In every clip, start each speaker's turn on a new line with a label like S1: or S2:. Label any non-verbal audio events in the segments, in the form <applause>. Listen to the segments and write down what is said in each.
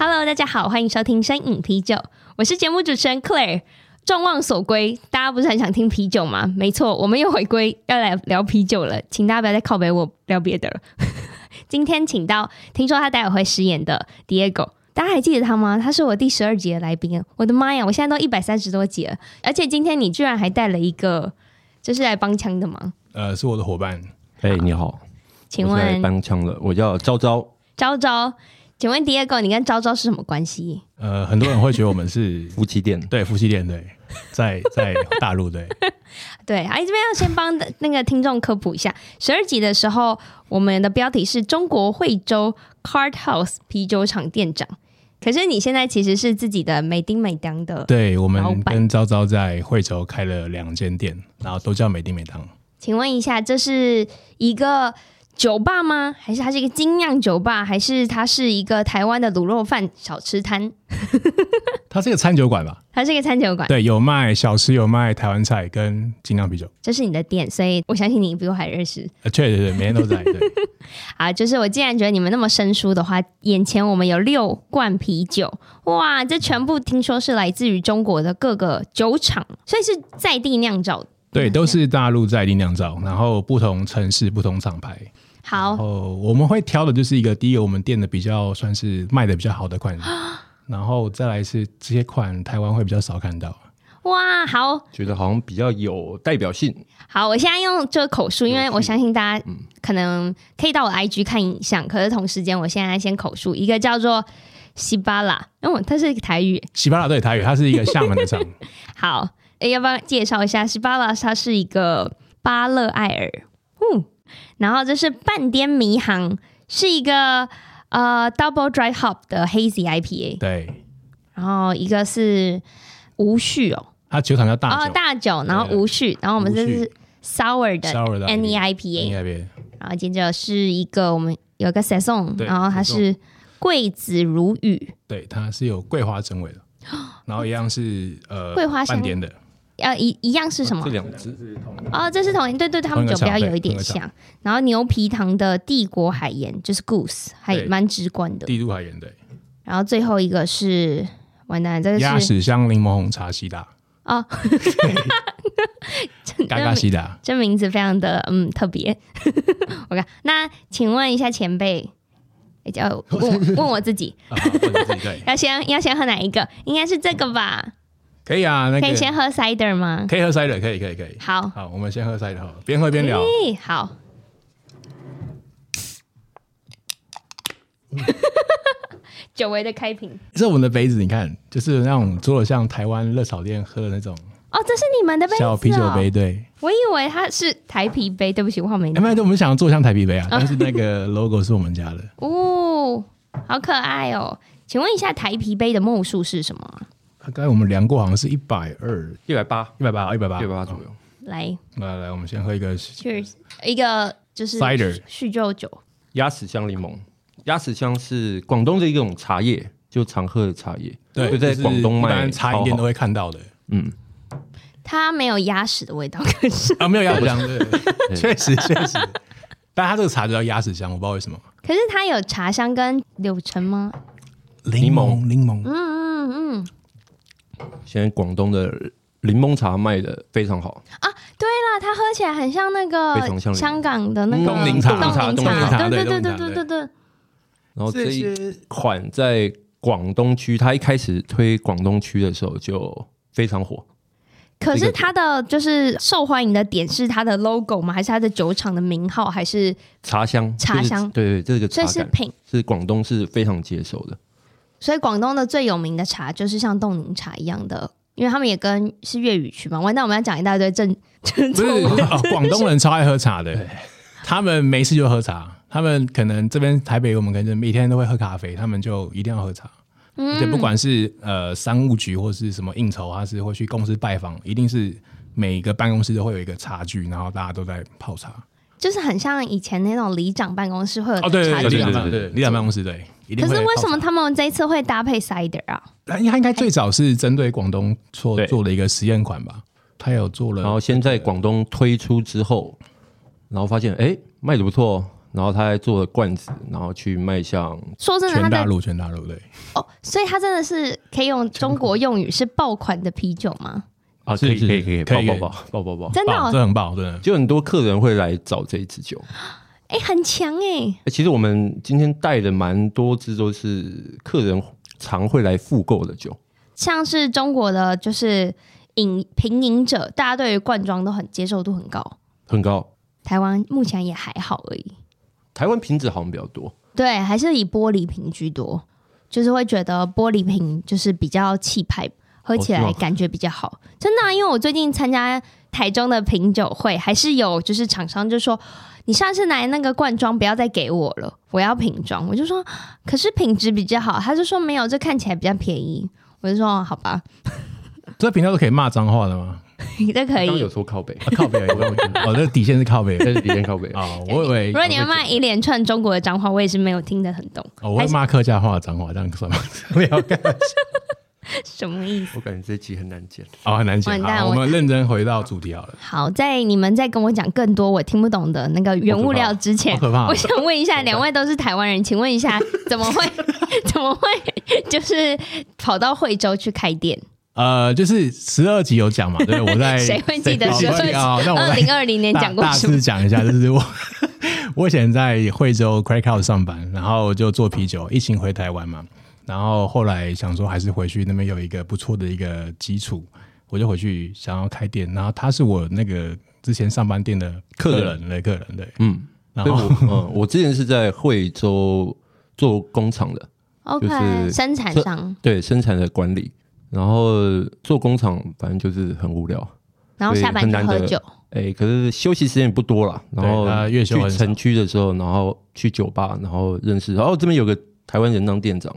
S1: Hello，大家好，欢迎收听《深饮啤酒》，我是节目主持人 Claire。众望所归，大家不是很想听啤酒吗？没错，我们又回归要来聊啤酒了，请大家不要再靠北我聊别的了。 <laughs> 今天请到听说他待会会失言的 Diego，大家还记得他吗？他是我第十二集的来宾，我的妈呀，我现在都一百三十多集了，而且今天你居然还带了一个，就是来帮腔的吗？
S2: 呃，是我的伙伴，
S3: 哎、你好，
S1: 请
S3: 我是来
S1: 问
S3: 帮腔的，我叫昭昭，
S1: 昭昭，请问 Diego，你跟昭昭是什么关系？
S2: 呃，很多人会觉得我
S1: <laughs>
S2: 们是
S3: 夫妻店
S2: 对夫妻恋，对，在 <laughs> 在大陆对，
S1: 对，哎，这边要先帮的那个听众科普一下，十二集的时候，我们的标题是中国惠州 Card House 啤酒厂店长，可是你现在其实是自己的美丁美当的，
S2: 对我
S1: 老
S2: 们
S1: 板
S2: 跟昭昭在惠州开了两间店，然后都叫美丁美当，
S1: 请问一下，这是一个酒吧吗？还是它是一个精酿酒吧？还是它是一个台湾的卤肉饭小吃摊？
S2: 它是个餐酒馆吧？
S1: 它是一个餐酒馆，
S2: 对，有卖小吃，有卖台湾菜跟精酿啤酒，
S1: 这是你的店，所以我相信你比我还认识。
S2: 呃，确实对，每天都
S1: <laughs>
S2: 在，对，
S1: 啊，就是我既然觉得你们那么生疏的话，眼前我们有六罐啤酒，哇，这全部听说是来自于中国的各个酒厂，所以是在地酿造。
S2: 对，都是大陆在地酿造，然后不同城市、不同厂牌，然
S1: 好，
S2: 后我们会挑的就是一个第一个我们店的比较算是卖的比较好
S1: <gasps>
S2: 的款，然后再来是这些款台湾会比较少看到。
S1: 哇，好，
S3: 觉得好像比较有代表性。
S1: 好，我现在用这个口述，因为我相信大家可能可以到我的 IG 看影像，可是同时间我现在先口述一个叫做西巴拉，因为它是台语。
S2: 喜巴拉对台语，它是一个厦门的
S1: <laughs>
S2: 厂，
S1: 好，诶要不要介绍一下西巴拉？它是一个巴勒艾尔，嗯，然后这是半颠迷航，是一个呃 double dry hop 的 hazy IPA，
S2: 对，
S1: 然后一个是无序哦，
S2: 它酒厂叫大
S1: 哦
S2: 酒，
S1: 大酒，然后
S2: 对
S1: 无序，然后我们这
S2: 无
S1: 是
S2: 序
S1: sour 的 E
S2: Sour 的 E
S1: NEIPA
S2: 你。那边
S1: 然后接着是一个我们有一个 s a s o n
S2: 对
S1: 然后它
S2: saison
S1: 是桂子如雨，
S2: 对，它是有桂花真味的，然后一样是呃
S1: 哦桂花香
S2: 半点的，
S1: 呃一一样是什么
S3: 这？两只
S1: 哦，这是同一对对，他们酒标
S2: 同一个厂
S1: 有一点
S2: 对同一个
S1: 像。然后牛皮糖的帝国海盐就是 Goose，还
S2: 对
S1: 蛮直观的。
S2: 帝都海盐对，
S1: 然后最后一个是完蛋，这
S2: 鸭
S1: 个是
S2: 屎香柠檬红茶西达，
S1: <laughs> 哦，
S2: 嘎嘎
S1: <laughs>
S2: 西达，
S1: 这名字非常的嗯特别。 <laughs> 我看，那请问一下前辈，诶叫问我问我自己，
S2: 啊好问你自己对，
S1: 要先要先喝哪一个？应该是这个吧？
S2: 可以啊，那
S1: 可以
S2: 个
S1: 先喝 cider 吗？
S2: 可以喝塞的，可以可以可以，
S1: 好，
S2: 好，我们先喝塞的好了，边喝边聊，
S1: 咦，好。 <laughs> 久违的开瓶
S2: 这是我们的杯子，你看，就是那种做的像台湾热炒店喝的那种
S1: 哦，这是你们的杯子、哦、
S2: 小啤酒杯，，对，
S1: 我以为它是台啤杯，对不起，我好没
S2: 哎，没有，我们想要做像台啤杯啊，但是那个 logo 是我们家的，
S1: 哦，好可爱哦。请问一下，台啤杯的墨数是什么啊？
S2: 刚才我们量过，好像是一百二。
S3: 一百八，
S2: 一百八，一百八，
S3: 一百八左右。
S1: 来
S2: 来来，我们先喝一个
S1: ，Cheers，一个就是
S2: Cider
S1: 叙旧酒，
S3: 鸭屎香柠檬，鸭屎香是广东的一种茶叶，就常喝的茶叶，就在
S2: 就是
S3: 广东
S2: 一
S3: 卖
S2: 般茶饮店都
S3: 超好
S2: 会看到的
S3: 嗯，
S1: 它没有鸭屎的味道， <laughs> 可是
S2: 啊，没有鸭屎香，
S3: <laughs>
S2: 对确实确实，但它这个茶就叫鸭屎香，我不知道为什么。
S1: 可是它有茶香跟柳橙吗？
S2: 柠
S3: 檬
S2: 柠檬，
S1: 嗯嗯嗯，
S3: 现在广东的柠檬茶卖的非常好，
S1: 那啊它喝起来很像那个
S3: 非常像
S1: 香港的那个
S3: 冻龄茶
S1: 冻
S3: 冻
S1: 龄
S3: 龄
S1: 茶，
S2: 茶
S1: 对对
S2: 对冻龄
S1: 对
S2: 茶
S1: 对对
S2: 对
S1: 对。
S3: 然后哦这一
S2: 些
S3: 款在广东区，它一开始推广东区的时候就非常火，
S1: 可是它的就是受欢迎的点是它的 logo 吗？还是它的酒厂的名号？还是
S3: 茶香，
S1: 茶
S3: 就是
S1: 香
S3: 对对，这个
S1: 所
S3: 茶
S1: 以是
S3: 感
S1: 品？
S3: 是广东是非常接受的。
S1: 所以广东的最有名的茶就是像冻龄茶一样的，因为他们也跟是粤语区嘛。完蛋，我们要讲一大堆 <laughs> 正正
S2: 不是
S1: 宗
S2: 哦，广东人超爱喝茶的，他们没事就喝茶，他们可能这边台北我们可能每天都会喝咖啡，他们就一定要喝茶。而且不管是呃商务局或是什么应酬，还是会去公司拜访，一定是每个办公室都会有一个茶具，然后大家都在泡茶。
S1: 就是很像以前那种里长办公室会有
S2: 哦，对
S1: 茶
S2: 对对，
S1: 具
S2: 里长
S3: 对
S2: 办
S3: 对
S2: 对里长办公室对，一定
S1: 可
S2: 会
S1: 是为
S2: 泡
S1: 什么
S2: 茶
S1: 他们这一次会搭配 cider 啊？
S2: 他应该应该最早是针对广东做
S4: 对
S2: 做了一个实验款吧？他有做了，
S3: 然后先在广东推出之后，然后发现哎卖的不错哦，然后他还做了罐子，然后去卖向
S1: 说真的，他
S2: 全大
S1: 在
S2: 陆全大陆对，
S1: 哦，所以他真的是可以用中国用语是爆款的啤酒吗？
S4: 啊，可
S3: 是
S4: 以
S3: 是
S4: 可以可以，
S2: 可
S4: 抱
S2: 以
S4: 抱抱抱抱抱，
S1: 真的、
S2: 爆
S1: 哦，
S2: 这很棒，真的。
S3: 就很多客人会来找这一支酒。
S1: 哎、很强哎、
S3: 诶其实我们今天带的蛮多支都是客人常会来复购的酒，
S1: 像是中国的就是饮品饮者，大家对于罐装都很接受度很高，
S3: 很高。
S1: 台湾目前也还好而已。
S3: 台湾瓶子好像比较多，
S1: 对，还是以玻璃瓶居多，就是会觉得玻璃瓶就是比较气派，喝起
S3: 哦是
S1: 来
S3: 吗
S1: 感觉比较好。真的啊、因为我最近参加台中的品酒会，还是有就是厂商就说，你上次拿那个罐装不要再给我了，我要瓶装。我就说，可是品质比较好，他就说没有，这看起来比较便宜。我就说哦好吧， <laughs>
S2: 这频道都可以骂脏话的吗？ <laughs>
S1: 这可
S3: 刚刚有
S1: 以。
S3: 说靠北，
S2: 啊靠北，我
S3: <laughs>
S2: 我的哦底线
S1: <laughs>
S2: 是靠北
S3: 但是底线靠北。
S2: 啊，我以为
S1: 如果你们骂一连串中国的脏话，我也是没有听得很懂，
S2: 哦我会骂客家话的脏话，这样算吗？ <laughs> 没有，
S1: 什么意思？
S3: 我感觉这集很难剪。
S2: 哦，很难讲。
S1: 完蛋
S2: 好，我
S1: 我
S2: 们认真回到主题好了。
S1: 好，在你们在跟我讲更多我听不懂的那个原物料之前
S2: 好，可怕
S1: 我想问一下，两位都是台湾人，请问一
S2: <laughs>
S1: 下，怎么会 <laughs> 怎么会就是跑到惠州去开店？
S2: 呃，就是十二集有讲嘛，对，我
S1: <laughs>
S2: 在
S1: 谁会记得
S2: 哦
S1: 十二
S2: 没关系啊？那我
S1: 二
S2: 在
S1: 零二零年
S2: 大
S1: 讲过
S2: 大
S1: 什么
S2: 致？讲一下，就是我我以前在惠州 Crack House 上班，然后就做啤酒，疫情回台湾嘛，然后后来想说还是回去那边有一个不错的一个基础，我就回去想要开店，然后他是我那个之前上班店的客人的客人对，
S3: 嗯，
S2: 然
S3: 所以 <laughs>
S2: 后
S3: 我嗯，我之前是在惠州做工厂的，
S1: OK，、
S3: 就是
S1: 哦生产商，
S3: 对生产的管理，然后做工厂反正就是很无聊，
S1: 然后下班
S3: 对
S1: 去
S3: 很
S1: 喝
S3: 难得
S1: 酒，
S3: 哎、可是休息时间也不多了，然后
S2: 对呃月休
S3: 去
S2: 很少
S3: 城区的时候，然后去酒吧，然后认识，哦，这边有个台湾人当店长，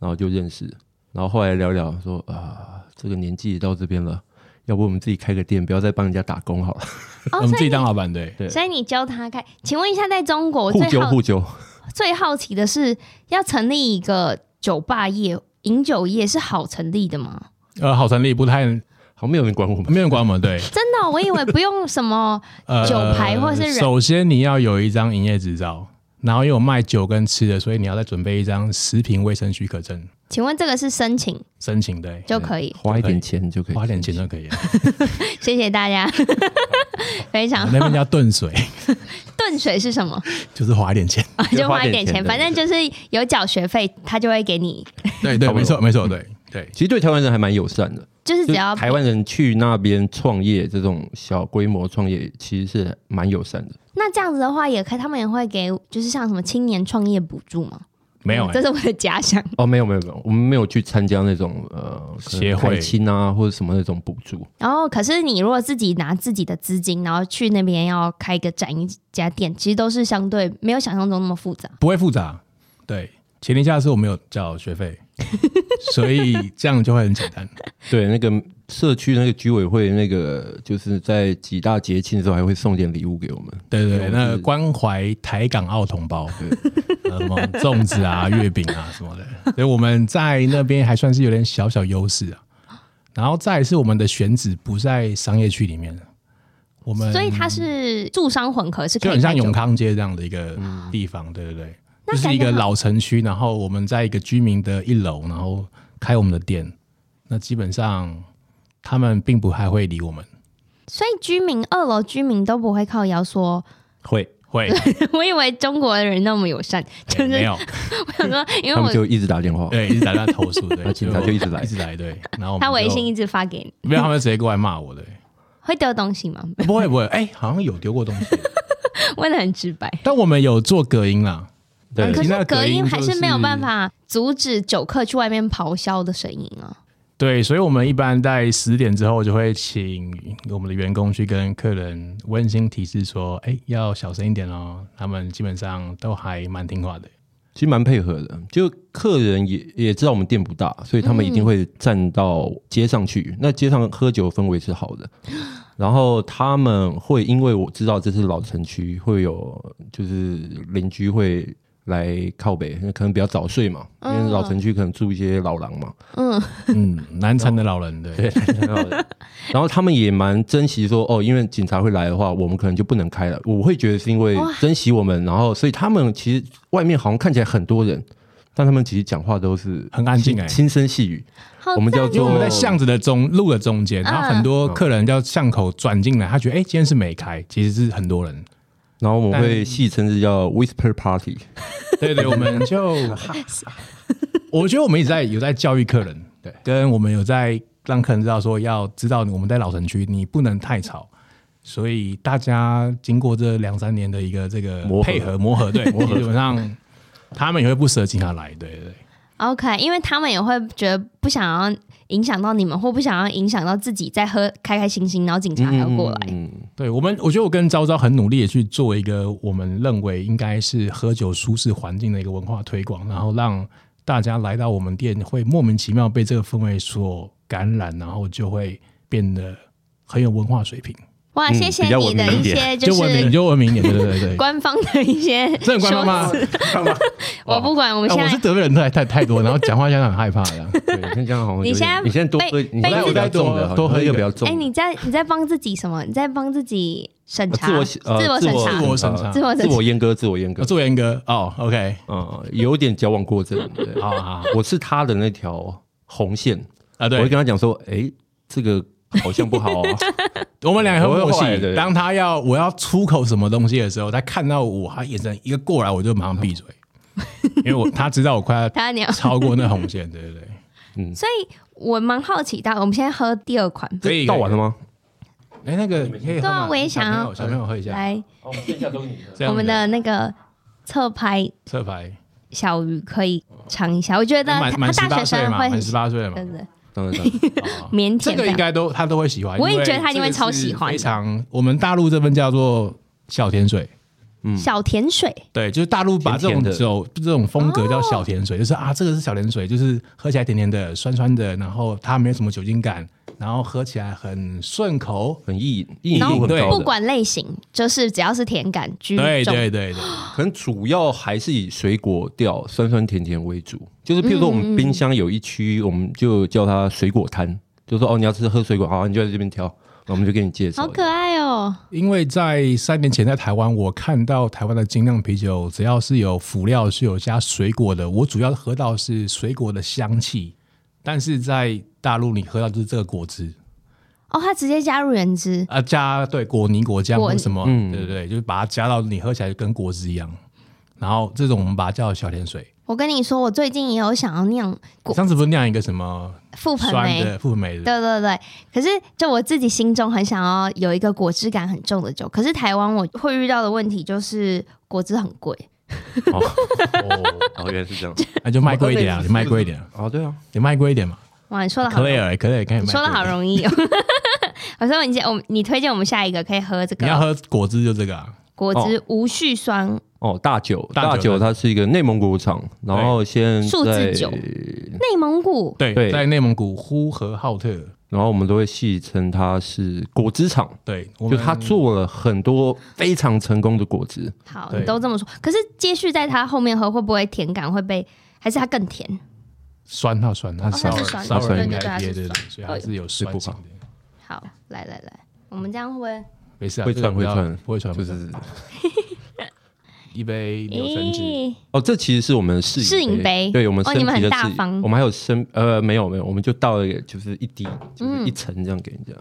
S3: 然后就认识，然后后来聊聊说啊，这个年纪也到这边了，要不我们自己开个店，不要再帮人家打工好了，
S1: 哦
S2: 我们自己当老板对，
S3: 对
S1: 所以你教他开。请问一下，在中国，我
S3: 互
S1: 最
S3: 纠
S1: 哦好
S3: 互纠，
S1: 最好奇的是，要成立一个酒吧业、饮酒业是好成立的吗？
S2: 呃，好成立不太
S3: 好，没有人管我们，
S2: 没有人管我
S1: <laughs>
S2: 们对，
S1: 真的哦、我以为不用什么
S2: 呃，
S1: 酒牌或是人
S2: 首先你要有一张营业执照。然后又有卖酒跟吃的，所以你要再准备一张食品卫生许可证
S1: 请问这个是申请
S2: 申请对，
S1: 就可以？
S3: 花一点钱就可以，
S2: 花点钱就可以了。
S1: 谢谢大
S2: <laughs>
S1: 家，非常
S2: 那边叫炖水， <laughs>
S1: 炖水是什么？
S2: 就是花一点钱。
S1: 啊 <laughs>
S3: 就
S1: 就花
S3: 花
S1: 一
S3: 点
S1: 点钱，
S3: 钱
S1: 反
S3: 对
S1: 正就是有缴学费，他就会给你，
S2: <laughs> 对对，嗯哦
S3: 差不多
S2: 没错没错，对对。
S3: 其实对台湾人还蛮友善的，
S1: 就是只
S3: 就
S1: 要
S3: 台湾人去那边创业这种小规模创业，其实是蛮友善的。
S1: 那这样子的话，也可以，他们也会给，就是像什么青年创业补助嘛。
S2: 没
S1: <laughs>
S2: 有、
S1: 这
S2: 欸，
S1: 是我的假想。
S3: 哦，没有没有没有，我们没有去参加那种呃可能
S2: 协会
S3: 开亲啊或者什么那种补助。
S1: 然后，可是你如果自己拿自己的资金，然后去那边要开一个展一家店，其实都是相对没有想象中那么复杂。
S2: 不会复杂。对，前提下是我没有交
S1: <laughs>
S2: 学费，所以这样就会很简单。
S3: 对，那个社区那个居委会那个就是在几大节庆的时候还会送点礼物给我们。
S2: 对对对，
S3: 嗯
S2: 那个
S3: 是
S2: 关怀台港澳同胞，呃什么粽子 <laughs> 啊、月饼啊什么的，所以我们在那边还算是有点小小优势啊。然后再来是我们的选址不在商业区里面，我们
S1: 所以它是住商混合，是可
S2: 就
S1: 以
S2: 很像
S1: 开酒
S2: 永康街这样的一个地方，对对对，
S1: 嗯那
S2: 就是
S1: 感
S2: 一
S1: 觉
S2: 个
S1: 很
S2: 老城区，然后我们在一个居民的一楼，然后开我们的店，那基本上他们并不太会理我们，
S1: 所以居民二楼居民都不会靠腰说， <laughs>
S2: 会会
S1: 我以为中国人那么友善， <laughs> 就
S2: 对没
S1: 是
S2: 有，
S1: 我想说，因为
S3: 他
S1: 我
S3: 们就一直打电话，
S2: 对，一直打电话投诉，对，
S3: 那警察就一直来
S2: 一直来，对，然后我们
S1: 他微
S2: 就
S1: 信一直发给你，
S2: 没有，他们直接过来
S1: <laughs>
S2: 骂我，对，
S1: 会丢东西吗？ <laughs>
S2: 不会不会，哎，好像有丢过东西，
S1: 问的很直白。嗯
S2: 但我们有做隔音啦，
S3: 对
S1: 可
S2: 其实那
S1: 是
S2: 个
S1: 隔音
S2: 就
S1: 还是没有办法阻止酒客去外面咆哮的声音啊。
S2: 对，所以我们一般在十点之后就会请我们的员工去跟客人温馨提示说，哎，要小声一点哦。他们基本上都还蛮听话的，
S3: 其实蛮配合的。就客人也也知道我们店不大，所以他们一定会站到街上去。那街上喝酒氛围是好的，然后他们会因为我知道这是老城区，会有就是邻居会来靠北，可能比较早睡嘛，因为老城区可能住一些老狼嘛。
S2: 嗯，难缠的老人，对，
S3: 很好的
S1: <laughs>
S3: 然后他们也蛮珍惜说，哦，因为警察会来的话，我们可能就不能开了。我会觉得是因为珍惜我们，然后所以他们其实外面好像看起来很多人，但他们其实讲话都是
S2: 很安静
S3: 轻
S2: 哎
S3: 轻声细语。
S5: 好
S3: 我们叫
S2: 因为
S3: 做
S2: 我们
S1: 哦
S2: 在巷子的中路的中间，然后很多客人要巷口转进来，他觉得哎、今天是没开，其实是很多人。
S3: 然后我们
S2: 但
S3: 会戏称是叫 whisper party，
S2: <laughs> 对对，我们就，我觉得我们一直在有在教育客人，对，跟我们有在让客人知道说，要知道我们在老城区，你不能太吵。所以大家经过这两三年的一个这个
S3: 磨合
S2: 配合磨合，对，基本上他们也会不舍警察来，对对对。
S1: OK，因为他们也会觉得不想要影响到你们，或不想要影响到自己，在喝开开心心，然后警察还要过来。
S3: 嗯，
S2: 对我们，我觉得我跟昭昭很努力的去做一个我们认为应该是喝酒舒适环境的一个文化推广，然后让大家来到我们店会莫名其妙被这个氛围所感染，然后就会变得很有文化水平，
S1: 哇，
S3: 嗯
S1: 谢谢
S3: 比较
S1: 你
S3: 文明
S1: 的
S3: 一
S1: 一
S3: 点
S1: 些就
S2: 文明
S1: 是
S2: 就文明一点，对对对对。
S1: 官方的一些说辞，
S2: 这很官方吗？
S3: <laughs>
S1: 我不管，我们
S2: 哎
S1: 现
S2: 我
S1: 在
S2: 是得罪人太太太多，然后讲话现在很害怕
S1: <laughs>
S2: 的。
S3: 对，像这样好像有点
S1: 你现在
S3: 你现在多
S1: 被
S3: 喝，你现在
S1: 被
S3: 比较重的，
S2: 被多喝
S3: 一
S2: 一
S3: 个
S2: 个
S3: 比较重
S1: 哎、
S3: 的。
S1: 你在你在帮自己什么？你在帮自己审查、
S3: 自我呃
S1: 自我审查、
S2: 自我审查
S1: 自我
S3: 自
S1: 审查
S3: 我阉割，自我阉割
S2: 啊，，做严格哦，OK，
S3: 嗯，有点矫枉过正。对
S2: 好好好
S3: 我是他的那条红线，
S2: 啊，
S3: 我
S2: 对
S3: 会跟，他讲说，哎，这个好像不好
S2: <laughs>
S3: 啊。
S2: 我们两个很默
S3: 我会后来的
S2: 契。当他要我要出口什么东西的时候，他看到我，他眼神一个过来，我就马上闭
S3: <laughs>
S2: 嘴，因为我他知道我快要
S1: 他鸟。
S2: 超过那红线，对对
S3: <laughs>
S2: 对，
S1: 所以我蛮好奇到，我们现在喝第二款，
S2: 可以
S3: 到完了
S2: 吗？
S3: 吗？
S2: 哎，那个可以喝吗
S1: 对啊我也想要
S2: 小朋友小朋友喝一下。
S1: 来，
S3: 我们剩下都你
S2: 这
S1: 我
S2: 样子
S1: 们的那个侧拍
S2: 车牌
S1: 小鱼可以尝一下，我觉得他
S2: 满满
S1: 他大
S2: 十八
S1: 学
S2: 岁
S1: 生
S2: 嘛，
S1: 会
S2: 满
S1: 很
S2: 十八岁了嘛
S1: 对，不对？
S3: 当然，当
S1: 腼
S2: 这
S1: 腆
S2: 个应
S1: 的，
S2: 该都他都会喜欢。
S1: 我也
S2: 因为
S1: 觉得他一定会
S2: 这
S1: 超
S2: 个是
S1: 喜欢的
S2: 非常，我们大陆这份叫做小甜水。嗯
S1: 小甜水，
S2: 对，就是大陆把这
S3: 甜
S2: 种
S3: 甜的
S2: 酒这种风格叫小甜水，就是啊，这个是小甜水，就是喝起来甜甜的、酸酸的，然后它没有什么酒精感，然后喝起来很顺口。
S3: 很意淫，意淫
S1: 然
S3: 度
S1: 后
S3: 很高
S1: 不
S3: 的。
S1: 管类型，就是只要是甜感居
S2: 对
S1: 中。
S2: 对对对，
S3: 可能主要还是以水果调酸酸甜甜为主。就是譬如说，我们冰箱有一区，我们就叫它水果摊，就说哦，你要吃喝水果，好，你就在这边挑，那我们就给你介绍。
S1: 好可爱哦！
S2: 因为在三年前在台湾，我看到台湾的精酿啤酒，只要是有辅料是有加水果的，我主要喝到是水果的香气，但是在大陆你喝到就是这个果汁
S1: 哦，它直接加入原汁，
S2: 啊，加对果泥果酱
S1: 果
S2: 或
S1: 泥
S2: 什么，
S3: 嗯
S2: 对对对，就是把它加到你喝起来就跟果汁一样。然后这种我们把它叫小甜水。
S1: 我跟你说，我最近也有想要酿果
S2: 上次不是酿一个什么
S1: 覆盆
S2: 酸
S1: 梅，
S2: 的、覆梅的？
S1: 对对对，可是就我自己心中很想要有一个果汁感很重的酒，可是台湾我会遇到的问题就是果汁很贵，
S3: 哦，
S2: 哦，
S3: 哦，原来是这样。
S2: 那就卖贵一点啊！你卖贵一点啊，
S3: 哦，对啊，
S2: 你卖贵一点嘛。
S1: 哇，你说的好容易，
S2: Clear，可
S3: 哎
S2: 以可以啊
S1: 你
S2: 卖。
S1: 说的好，容易哦。 <laughs> 我说你今我们你推荐我们下一个可以喝这
S2: 你要
S1: 个
S2: 喝果汁就这个啊。
S1: 果汁无序酸
S3: 哦，大酒，
S2: 大酒
S3: 大酒，它是一个内蒙古厂，然后先在
S1: 数字酒，内蒙古
S2: 对，
S3: 对
S2: 在内蒙古呼和浩特，
S3: 然后我们都会戏称它是果汁厂，
S2: 对，我
S3: 就
S2: 们
S3: 它做了很多非常成功的果汁。
S1: 好，
S2: 对
S1: 你都这么说，可是接续在它后面喝会不会甜感会被，还是它更甜？
S2: 酸它酸，它烧
S1: 它
S2: 了
S1: 哦是酸
S2: 烧
S3: 对
S2: 了
S3: 对
S2: 应
S1: 对它
S2: 该
S1: 是
S2: 也对对，
S1: 酸
S2: 所以还是有
S3: 是
S2: 酸
S3: 不
S2: 性
S3: 好
S2: 的。
S1: 好，来来来，我们这样会不会
S2: 没事啊，
S3: 会
S2: 这个
S3: 窜
S2: 不
S3: 会
S2: 要
S3: 窜
S2: 不会窜，
S3: 就
S2: 不
S3: 是
S2: 一杯柳橙汁。
S1: 咦，
S3: 哦，这其实是我们试
S1: 试饮杯
S3: 对我们
S1: 哦
S3: 生
S1: 你们很
S3: 啤的
S1: 大
S3: 试饮
S1: 方
S3: 我们还有生呃没有没有，我们就倒了就是一滴，
S1: 嗯
S3: 就是一层这样给人家、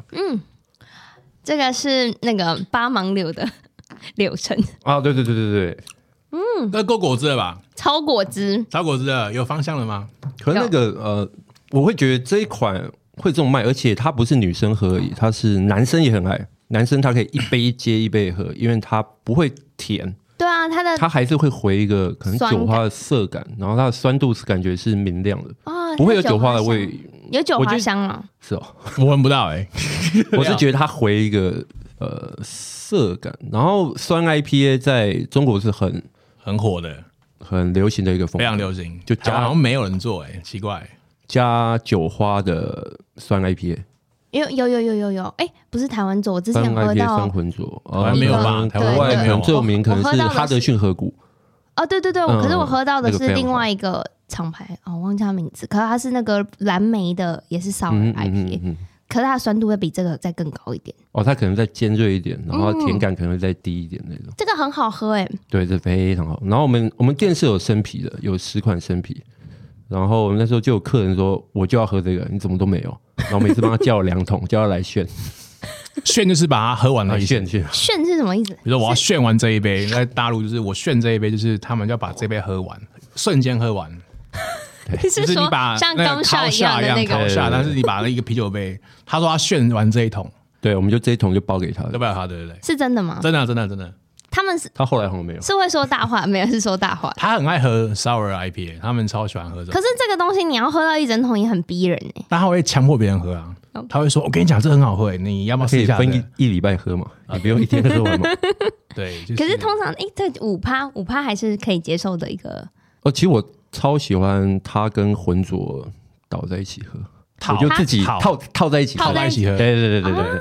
S1: 这个是那个八芒柳的 <laughs> 柳橙
S3: 啊，对对对对对，
S1: 嗯
S2: 那够果汁了吧？
S1: 超果汁，
S2: 超果汁了，有方向了吗？
S3: 可是那个呃，我会觉得这一款会这种卖，而且它不是女生喝而已，它是男生也很爱，男生他可以一杯接一杯喝，因为它不会甜，
S1: 对啊，它的
S3: 它还是会回一个可能
S1: 酸
S3: 酒花的涩感，然后它的酸度是感觉是明亮的，
S1: 啊
S3: 不会有
S1: 它
S3: 酒花的
S1: 香
S3: 味，，
S1: 有酒
S3: 我觉
S1: 花
S3: 得
S1: 香了。
S3: 是哦。
S2: 我闻不到哎， <laughs>
S3: 我是觉得它回一个呃涩感，然后酸 IPA 在中国是很
S2: 很火的。
S3: 很流行的一个风
S2: 非
S3: 格，
S2: 常流行，
S3: 就
S2: 台湾
S3: 加
S2: 好像没有人做哎、奇怪，
S3: 加酒花的酸 IPA，
S1: 有有有有有有，哎、不是台湾做，我之前
S3: 酸
S1: 有喝
S3: IPA
S1: 到
S3: 酸浑浊，
S2: 台湾没有吧台湾
S3: 国外
S1: 没
S3: 可
S2: 有
S3: 能最有名可能是哈德逊河谷，
S1: 哦，对对对，我可是我喝到的
S3: 嗯那个
S1: 是
S3: 非常
S1: 另外一个厂牌哦，忘记它名字，可是它是那个蓝莓的，也是烧
S3: 嗯
S1: IPA，、
S3: 嗯嗯嗯，
S1: 可是它的酸度会比这个再更高一点，
S3: 哦，它可能再尖锐一点，然后
S1: 嗯
S3: 它甜感可能会再低一点那种。
S1: 这个很好喝哎、
S3: 对，这非常好。然后我们我们店是有生啤的，有十款生啤。然后我们那时候就有客人说，我就要喝这个，你怎么都没有。然后我每次帮他叫了两桶，叫他
S2: <laughs>
S3: 来炫，
S2: 炫就是把它喝完了
S3: 来
S2: 一遍
S3: 炫。炫。
S1: 炫是什么意思？
S2: 比如说我要炫完这一 <laughs> 杯，在大陆就是我炫这一杯，就是他们就要把这杯喝完，瞬间喝完，
S1: 你
S2: 就是是你
S1: 说
S2: 把
S1: 像
S2: 那
S1: 刚
S2: 个
S1: 下
S2: 烤
S1: 一样
S2: 下
S1: 的那
S2: 样
S1: 个
S2: 烤？下，
S3: 对对对
S2: 但是你把那一个啤酒杯，他说他炫完这一桶，
S3: 对，我们就这一桶就包给他
S2: 对不
S3: 了。
S2: 对？他对对对，
S1: 是真的吗？
S2: 真的啊真的啊真的啊，
S1: 他们是
S3: 他后来好像没有。
S1: 是会说大话，没有是说大话。
S2: 他很爱喝 sour IPA，他们超喜欢喝这种
S1: 可。是这个东西你要喝到一整桶也很逼人哎、
S2: 但他会强迫别人喝啊
S1: OK，
S2: 他会说：“我跟你讲，这很好喝，欸你要不要
S3: 可
S2: 试
S3: 以
S2: 一下
S3: 分一
S2: 的啊
S3: 一礼拜喝嘛，你不用一天喝
S2: <laughs>
S3: 完嘛。？”
S2: 对，就
S1: 可是通常哎、这五趴五趴还是可以接受的一个。
S3: 哦，其实我超喜欢它跟浑浊倒在一起喝，
S2: 套
S3: 我就自己
S2: 套
S3: 套套在一起喝。
S2: 泡在一起喝
S3: 对。对对对对对，
S1: 啊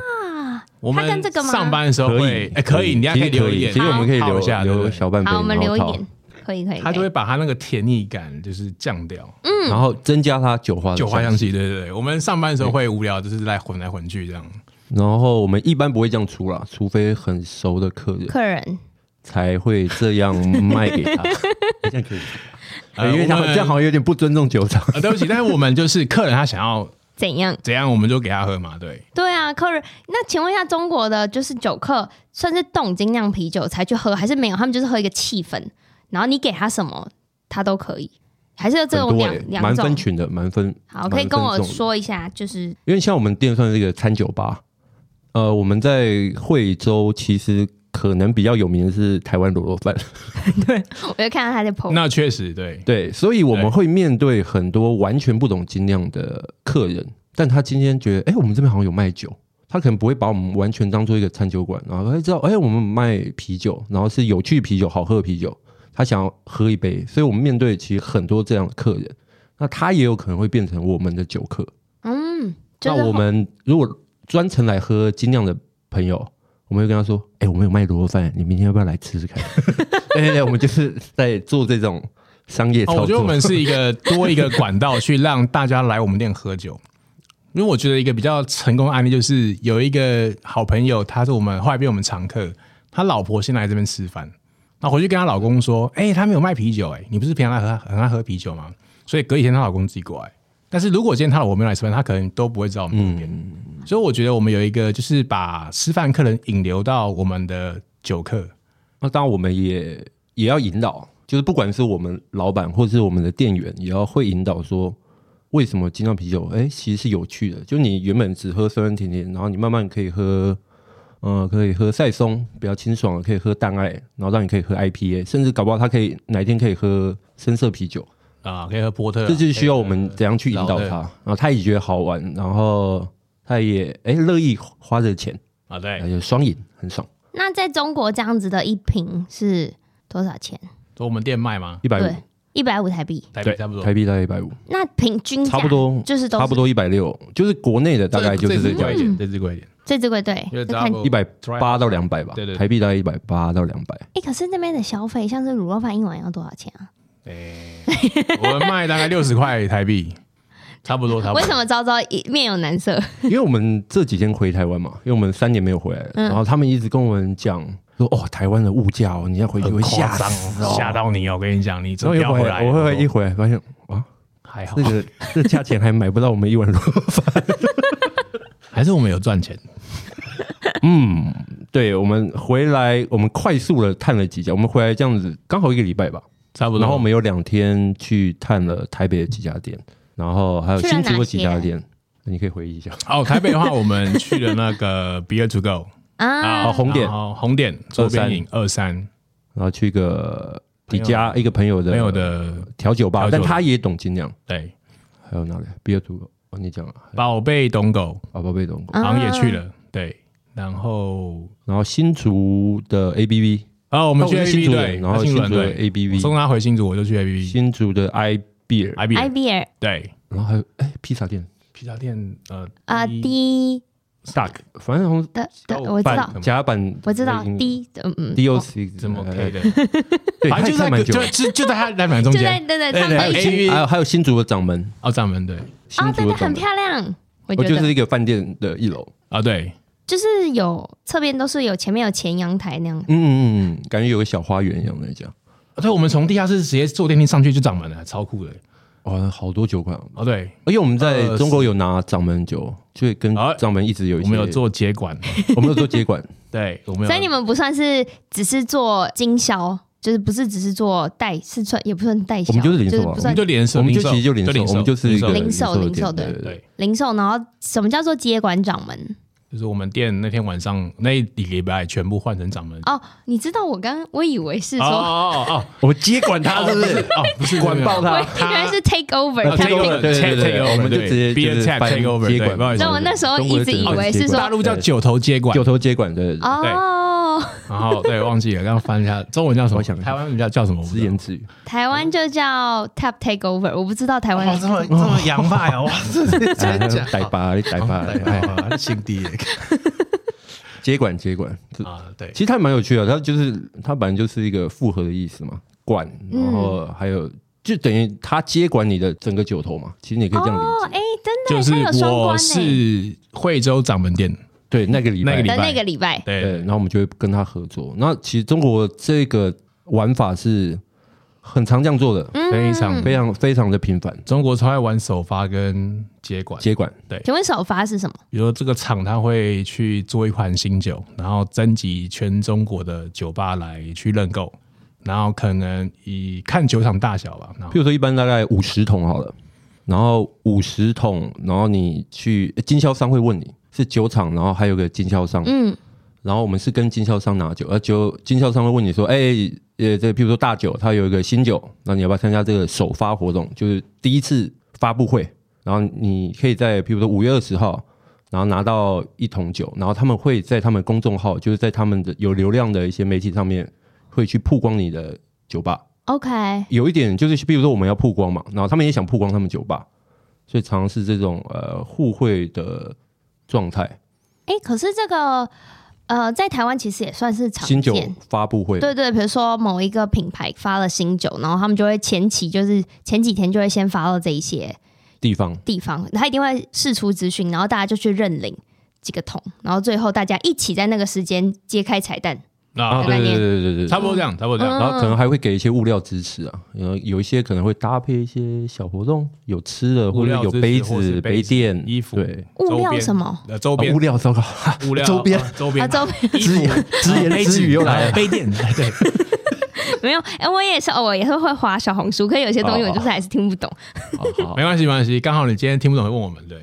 S2: 我们
S1: 它跟这个吗
S2: 上班的时候
S3: 可
S2: 会
S3: 以，
S2: 哎，可以，你还
S3: 其
S2: 可以
S3: 实
S2: 留一点，
S3: 其实我们可以
S2: 泡
S3: 留
S2: 一下，对不
S3: 留
S2: 对
S3: 小半杯，
S1: 好，我们
S3: 然后
S1: 留一
S3: 套
S1: 点，可以可以。
S2: 他就
S1: 可以
S2: 会把他那个甜腻感就是降掉，
S1: 嗯
S3: 然后增加它酒花的
S2: 嗯酒花
S3: 香
S2: 香气。对对对，我们上班的时候会无聊，就是来混来混去这样。
S3: 然后我们一般不会这样出啦，除非很熟的客人
S1: 客人
S3: 才会这样卖给
S2: <laughs>
S3: 他。
S2: 哎
S3: 这样可以，
S2: 呃
S3: 哎因为他
S2: 我
S3: 好
S2: 们
S3: 这样好像有点不尊重酒厂。
S2: 啊，对不起，但是我们就是客人他想要
S1: 怎样？
S2: 怎样，我们就给他喝嘛，对。
S1: 对啊，客人。那请问一下，中国的就是酒客算是冻精酿啤酒才去喝，还是没有？他们就是喝一个气氛，然后你给他什么，他都可以，还是有这种
S3: 很多
S1: 两
S3: 欸
S1: 两
S3: 蛮分
S1: 种？
S3: 群的，蛮分。
S1: 好，可以跟
S3: 蛮
S1: 我
S3: 分众的，
S1: 说一下，就是
S3: 因为像我们店算是一个餐酒吧，呃，我们在惠州其实可能比较有名的是台湾卤肉饭， <laughs>
S1: 我就看到他在 PO，
S2: 那确实对，
S3: 对，所以我
S2: 对
S3: 们会面对很多完全不懂精酿的客人，但他今天觉得，哎、我们这边好像有卖酒，他可能不会把我们完全当做一个餐酒馆，然后他知道，哎、我们卖啤酒，然后是有趣啤酒，好喝的啤酒，他想要喝一杯，所以我们面对其实很多这样的客人，那他也有可能会变成我们的酒客。
S1: 嗯，就是
S3: 那我们如果专程来喝精酿的朋友，我们会跟他说：“哎、我们有卖卤肉饭，你明天要不要来吃吃看？” <laughs> 对对对，我们就是在做这种商业
S2: 哦，
S3: 操
S2: 我觉
S3: 作。
S2: 得我们是一个多一个管道去让大家来我们店喝酒。因为我觉得一个比较成功的案例就是有一个好朋友，他是我们后来变我们常客，他老婆先来这边吃饭，那回去跟她老公说：“哎、他没有卖啤酒、哎，你不是平常爱喝很爱喝啤酒吗？”所以隔几天她老公自己过来。但是如果今天她老婆没有来吃饭，她可能都不会知道我们这边。
S3: 嗯
S2: 所以我觉得我们有一个就是把吃饭客人引流到我们的酒客，
S3: 那当然，我们也也要引导，就是不管是我们老板或是我们的店员，也要会引导说，为什么精酿啤酒哎、其实是有趣的。就你原本只喝酸酸甜甜，然后你慢慢可以喝，呃，可以喝赛松，比较清爽的，可以喝淡艾，然后让你可以喝 IPA，甚至搞不好它可以哪一天可以喝深色啤酒。
S2: 啊，可以喝波特啊、
S3: 这就是需要我
S2: 可以
S3: 们
S2: 喝
S3: 怎样去引导
S2: 老
S3: 他，
S2: 的
S3: 然后他也觉得好玩，然后他也哎乐、意花这个钱，
S2: 啊，对
S3: 哎，，就双赢，很爽，
S1: 那在中国这样子的一瓶是多少钱？
S2: 所以我们店卖吗？
S3: 一百
S1: 对
S3: 五，，
S1: 一百五台币。
S2: 台
S3: 对，
S2: 哎北差不多，
S3: 台币大概一百五。
S1: 那平均价
S3: 差不多
S1: 就是都是
S3: 差不多一百六，就是国内的大概就是
S2: 这
S3: 这
S2: 只贵一
S3: 样，
S1: 嗯
S2: 点，这只贵一点，
S1: 这只贵对
S2: 因为，
S1: 就看
S2: double
S3: 一百八到两百吧，
S2: 对对对
S3: 台币大概一百八到两百。
S1: 哎，可是那边的消费，像是卤肉饭一碗要多少钱啊？
S2: 哎，我们卖大概六十块台币，差不多，差不多。
S1: 为什？么招招一面有难色？
S3: 因为我们这几天回台湾嘛，因为我们三年没有回来了，
S1: 嗯
S3: 然后他们一直跟我们讲说，哦，台湾的物价哦，你要回去
S2: 很
S3: 会吓
S2: 夸张
S3: 死哦
S2: 哦，，吓。到你哦！我跟你讲，你真
S3: 然后
S2: 的不要
S3: 一回
S2: 回
S3: 来，
S2: 来，哎
S3: 我会一回来发现，哇，
S2: 还好
S3: 这，个这价钱还买不到我们一碗肉。
S2: 还是我们有赚钱。
S3: 嗯，对，我们回来，我们快速的探了几家，我们回来这样子刚好一个礼拜吧，
S2: 差不多，
S3: 然后我们有两天去探了台北的几家店，然后还有
S1: 去了
S3: 新竹
S1: 哪
S3: 的
S1: 些
S3: 几家店，你可以回忆一下。
S2: 哦，台北的话，我们去了那个 Beer to Go
S1: <laughs> 啊，
S3: 啊，红点，
S2: 然后红点周边饮二三，
S3: 然后去一个
S2: 朋
S3: 迪
S2: 友
S3: 迦一个朋友的
S2: 没有的，
S3: 调酒吧
S2: 调，酒
S3: 但他也懂精酿，
S2: 对，
S3: 还有哪里？比尔图，哦，你讲啊，
S2: 宝贝懂狗
S3: 啊，宝贝
S2: 嗯
S3: 懂。
S1: 啊
S2: 好像也去了，对，然后
S3: 然后新竹的 ABV，
S2: 然后我们
S3: 哦
S2: 去
S3: 我
S2: A
S3: 是
S2: B
S3: 新竹人
S2: 队，
S3: 然后
S2: 新
S3: 新
S2: 轮
S3: 竹的
S2: 队
S3: ABV
S2: 我送他回新竹，我就去 A B
S3: 新竹的 I Beer，
S2: I B
S1: I B R
S2: 对
S3: 然后还有哎披萨店
S2: 披萨店呃
S1: 啊 D
S3: Duck，反正好
S1: 的的，
S2: 哦
S1: 我知
S2: 半
S1: 道
S2: 什，么
S3: 甲板
S1: 我知道
S3: 已经
S1: D 嗯嗯
S3: D O
S1: 哦
S3: C 呃
S2: 怎么 K
S3: 对，
S2: 的，反
S3: 他
S2: 正
S3: 也
S2: 就
S3: 开
S2: 在
S3: 蛮久
S2: 就
S3: 了。
S2: 就就在他来板中
S1: 就在
S2: 间，
S1: 对对，
S2: 对
S1: 他们
S2: 对
S1: 在一
S2: 哎
S1: 起
S2: 新
S3: 还有还有新竹的掌门，
S2: 哦，掌门对
S3: 新
S1: 啊，对
S3: 竹
S1: 对，
S3: 的掌
S1: 很
S3: 门，
S1: 漂亮，我
S3: 我
S1: 觉
S3: 就是
S1: 得
S3: 一个饭店的一楼。
S2: 啊对，
S1: 就是有侧边都是有前面有前阳台那样，
S3: 嗯嗯嗯，感觉有个小花园一样那家。
S2: 啊对，我们从地下室直接坐电梯上去就掌门了，超酷的
S3: 哇，好多酒馆哦，
S2: 哦对，
S3: 而且我们在
S2: 呃
S3: 中国有拿掌门酒，所以跟
S2: 哎
S3: 掌门一直有一
S2: 我
S3: 些。
S2: 们有，做接管，
S3: 我们有做
S2: <laughs>
S3: 接管，
S2: 对，我们有
S1: 所以你们不算是只是做经销，就是不是只是做代，是算也不算代销，
S3: 我们就是零售啊
S1: 不
S2: 我们
S1: 算
S2: 就连锁，
S3: 我们就
S2: 零售
S3: 其实就零售，我们就是一个
S1: 零售
S3: 的
S1: 零售
S3: 店
S1: 对
S3: 对对
S2: 对，
S1: 零售。然后什么叫做接管掌门？
S2: 就是我们店那天晚上那一礼拜全部换成掌门。
S1: 哦，你知道我刚我以为是
S2: 哦
S1: 说，
S2: 哦哦，
S3: 我们接管他是不是？
S2: 哦不是
S3: 管爆他
S1: <laughs> 我
S2: 没有没有
S1: 原来是 take over
S2: 哦
S1: 他
S2: take
S3: take
S2: over，
S3: over，对对对
S2: take over，
S3: 我们就
S2: 对
S3: 直接
S2: be a
S3: 就是
S2: tap
S3: 翻
S2: take over，
S3: 接
S2: 对
S3: 管
S2: 不好意思
S1: 那我那时候一直以为是说
S2: 大陆叫九头接管
S3: 九，头接管，对对对，
S1: 哦，
S2: 然后对忘记了，刚刚翻一下中文叫什么？
S3: 我想一下
S2: 台湾人叫叫什么？我不
S3: 自
S2: 知道
S3: 言
S1: <laughs>
S3: 自语。
S1: 台湾就叫 tap take over，我不哦知道台湾
S2: 哇，哦这么这么洋派啊！哇，这是真的假的？
S3: 逮吧，你逮
S2: 哦
S3: 吧，
S1: 哦
S3: 哎
S2: 吧，心 <laughs> 地
S3: 接管接管。这
S2: 啊，对
S3: 其，实它蛮有趣的，它就是它本来就是一个复合的意思嘛，管，然后还有就等于它接管你的整个酒头嘛。其实你可以这样理
S1: 哦，
S3: 解，
S1: 哎，真的
S2: 就是
S1: 它有双
S2: 我
S1: 关欸
S2: 是惠州掌门店，
S3: 对，那个礼
S2: 那个
S3: 拜
S2: 礼拜
S1: 的那个礼拜，
S2: 对
S3: 对，然后我们就会跟他合作。那其实中国这个玩法是很常这样做的，
S2: 非常
S3: 非常非常的频繁。
S2: 中国超爱玩首发跟接管，
S3: 接管
S1: 请问首发是什么？
S2: 比如说这个厂他会去做一款新酒，然后征集全中国的酒吧来去认购，然后可能以看酒厂大小吧，然后
S3: 譬如说一般大概五十桶好了，然后五十桶，然后你去呃经销商会问你是酒厂，然后还有个经销商，
S1: 嗯，
S3: 然后我们是跟经销商拿酒，而酒经销商会问你说，哎、呃，这譬如说大酒，它有一个新酒，那你要不要参加这个首发活动？就是第一次发布会，然后你可以在譬如说五月二十号。然后拿到一桶酒，然后他们会在他们公众号，就是在他们的有流量的一些媒体上面，会去曝光你的酒吧。
S1: OK，
S3: 有一点就是，比如说我们要曝光嘛，然后他们也想曝光他们酒吧，所以常常是这种呃互惠的状态。
S1: 哎，可是这个呃，在台湾其实也算是常
S3: 新酒
S1: 见。
S3: 发布会，
S1: 对对，比如说某一个品牌发了新酒，然后他们就会前期就是前几天就会先发到这一些
S3: 地方
S1: 地方，他一定会试出资讯，然后大家就去认领几个桶，然后最后大家一起在那个时间揭开彩蛋。
S2: 啊，
S3: 对
S1: 概
S2: 对，
S3: 哦对
S1: 念
S3: 对对对
S2: 差
S3: 对。
S2: 不多这样，差不多这样。
S3: 然后可能还会给一些物料支持啊，有有一些可能会搭配一些小活动，有吃的或
S2: 物
S3: 者
S2: 料
S3: 有
S2: 支持
S3: 杯
S2: 或是
S3: 子、
S2: 杯
S3: 杯
S2: 子
S3: 垫、
S2: 衣服
S3: 对，
S1: 嗯物
S2: 周
S1: 料
S2: 边
S1: 什么？
S2: 呃，周
S3: 啊
S2: 边
S3: 物料糟糕，
S2: <laughs> 物料
S3: 周边
S2: 啊周
S1: 啊，
S2: 边
S1: 周边
S2: 衣服啊
S3: 只言之语又来了。
S2: 杯垫，对，
S1: 没有，哎、我也是，哦我也是会划小红书，可是有些东西我就是还是听不懂。
S3: 好好，
S2: 没关系没关系，刚好你今天听不懂，问我们对，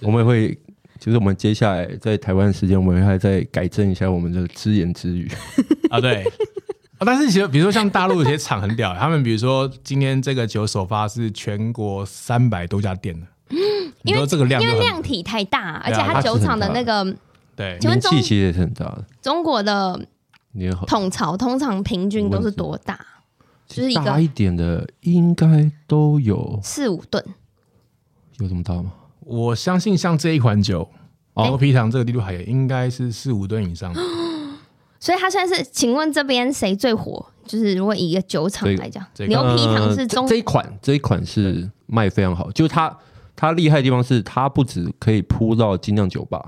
S3: 我们会，就是我们接下来在台湾的时间，我们还在改正一下我们的只言之语。
S2: <laughs> 啊对。啊但是其实，比如说像大陆有些厂很屌，他们比如说今天这个酒首发是全国三百多家店的，你
S1: 嗯因为
S2: 说这个量就
S1: 因为
S2: 很
S1: 量体太大，而且
S2: 对啊
S1: 它
S2: 它
S1: 酒厂的
S3: 是
S1: 那
S3: 很
S1: 个
S2: 对
S1: <laughs> 请问
S3: 名
S1: 中
S3: 气其实也是很大的。
S1: 中国的
S3: 你好，
S1: 统筹通常平均都是多大？就是一
S3: 大
S1: 个
S3: 一点的应该都有，
S1: 四五吨。
S3: 有这么大吗？
S2: 我相信像这一款酒，
S1: 哎
S2: 牛皮糖这个地中海也应该是四五吨以上的。
S1: 哦所以它算是，请问这边谁最火？就是如果以一个酒厂来讲，
S2: 这个
S1: 牛皮糖是中
S3: 呃这这一款，这一款是卖非常好，就是它它厉害的地方是它不止可以铺到精酿酒吧，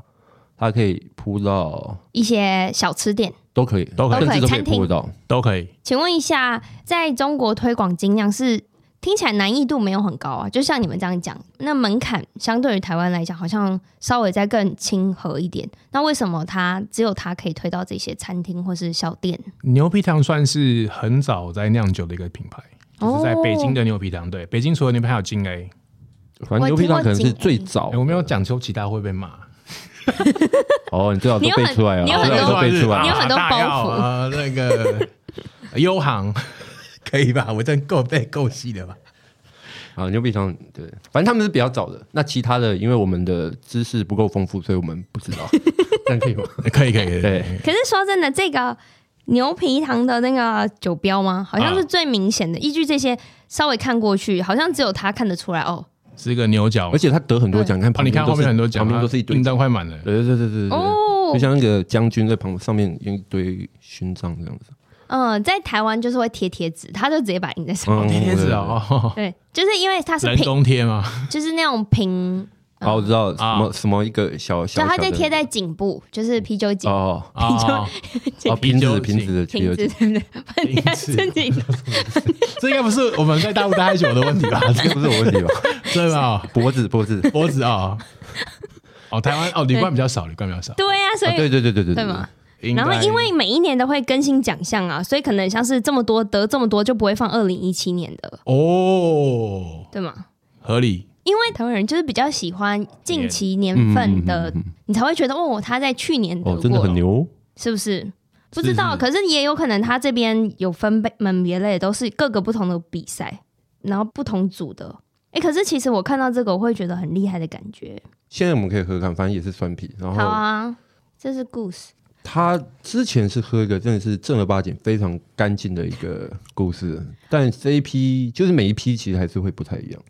S3: 它可以铺到
S1: 一些小吃店。
S3: 都可以，
S2: 都可以
S3: 甚至都可以
S1: 餐厅
S3: 铺得到。
S2: 都可以，
S1: 请问一下，在中国推广精酿是听起来难易度没有很高啊？就像你们这样讲，那门槛相对于台湾来讲，好像稍微再更亲和一点。那为什么它只有它可以推到这些餐厅或是小店？
S2: 牛皮糖算是很早在酿酒的一个品牌，就是在北
S1: 哦
S2: 京的牛皮糖。对，北京除了牛皮糖，还有金 A。
S3: 反正牛皮糖可能是最早
S2: 哎，我没有讲究其他会被骂，
S3: 哦，你最好都
S1: 你有
S3: 背
S1: 很
S3: 出来了，
S1: 你有很
S3: 最
S1: 多
S3: 好都背出来
S1: 你有
S3: 了。
S1: 很多包
S2: 大药
S1: 袱
S2: 啊，那个优航可以吧？我真够背够细的吧？
S3: 啊，牛皮糖对，反正他们是比较早的。那其他的，因为我们的知
S2: <laughs>
S3: 识不够丰富，所以我们不知道，这样可以吗？
S2: 可以可以，
S3: 对，
S1: 可是说真的，这个牛皮糖的那个酒标吗？好像是最明显的。依据这些稍微看过去，好像只有他看得出来哦。
S2: 是一个牛角
S3: 而。且他得很多奖，看
S2: 哦，
S3: 旁
S2: 你
S3: 边
S2: 看
S3: 都
S2: 后
S3: 是
S2: 面很多奖，
S3: 旁边都是一堆
S2: 印，章快满了。
S3: 对对对对对对对
S1: 哦
S3: 就，像那个将军在旁上面有一堆勋章这样子，
S1: 嗯，在台湾就是会贴贴纸，他就直接把它印在上面。
S3: 嗯
S2: 贴贴纸哦，哦
S1: 对，就是因为它是
S2: 人
S1: 平，
S2: 工贴吗？
S1: 就是那种平，
S3: 哦，我知道什
S2: 啊
S3: 么什么一个小
S1: 就
S3: 小，
S1: 它
S3: 小
S1: 在
S3: 的
S1: 贴在颈部，就是啤酒颈。
S3: 哦
S2: 哦，
S3: 哦瓶
S2: 啤酒
S3: 子瓶子的啤
S1: 瓶
S3: 酒
S1: 子
S3: 井，
S1: 对不对？反正自己
S2: 这应该不是我们在大陆待太久的问题吧？
S3: 啊这个不是我
S1: <laughs>
S3: 问题吧？
S2: 对吧？
S3: 脖子脖子，
S2: 脖子啊，哦，台湾哦，旅馆比较少，旅馆比较少。
S1: <laughs> 对啊，所
S3: 啊对
S1: 以
S3: 对对对
S1: 对
S3: 对对
S1: 嘛。然后因为每一年都会更新奖项啊，所以可能像是这么多得这么多，就不会放二零一七年的了，
S2: 哦，
S1: 对吗？
S2: 合理
S1: 因为台湾人就是比较喜欢近期年份的，你才会觉得哦，他在去年得
S3: 哦，真的
S1: 过
S3: 很
S1: 了，
S3: 牛，
S1: 是不是？不知道，可是也有可能他这边有分被门别类，都是各个不同的比赛，然后不同组的。哎，可是其实我看到这个，我会觉得很厉害的感觉。
S3: 现在我们可以喝看，反正也是酸啤，然
S1: 好
S3: 后
S1: 啊，这是故事。
S3: 他之前是喝一个真的是正儿八经非常干净的一个故事，但这一批就是每一批其实还是会不太一样，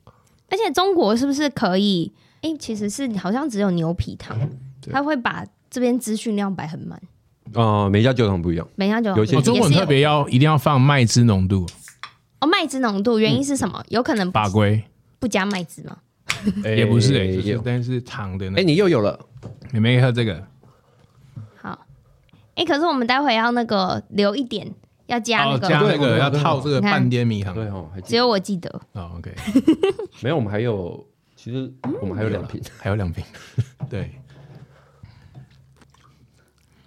S1: 而且中国哎是不是可以？哎、其实是好像只有牛皮糖，
S3: 对
S1: 他会把这边资讯量摆很满，
S3: 啊，每一家酒厂不一样，
S1: 每家酒
S3: 有些
S2: 哦，
S1: 也是
S2: 中文特别要一定要放麦汁浓度
S1: 哦麦汁浓度，原因是什么？有可能不
S2: 法规，不
S1: 不加麦汁吗？
S2: 也不是哎，
S3: 也
S2: 就是
S3: 有，
S2: 但是糖的那
S3: 哎，你又有了，
S2: 妹妹喝这个
S1: 好，哎、可是我们待会要那个留一点，要加那
S2: 哦，
S1: 个，
S2: 加那个
S3: 对
S2: 要套这个半颠米糖
S3: 对哦，还记
S1: 只有我记得。
S2: 哦，OK，
S3: 没有，我们还有，其实我们还有两瓶，
S2: <laughs> 还有两瓶，
S3: <laughs>
S2: 对，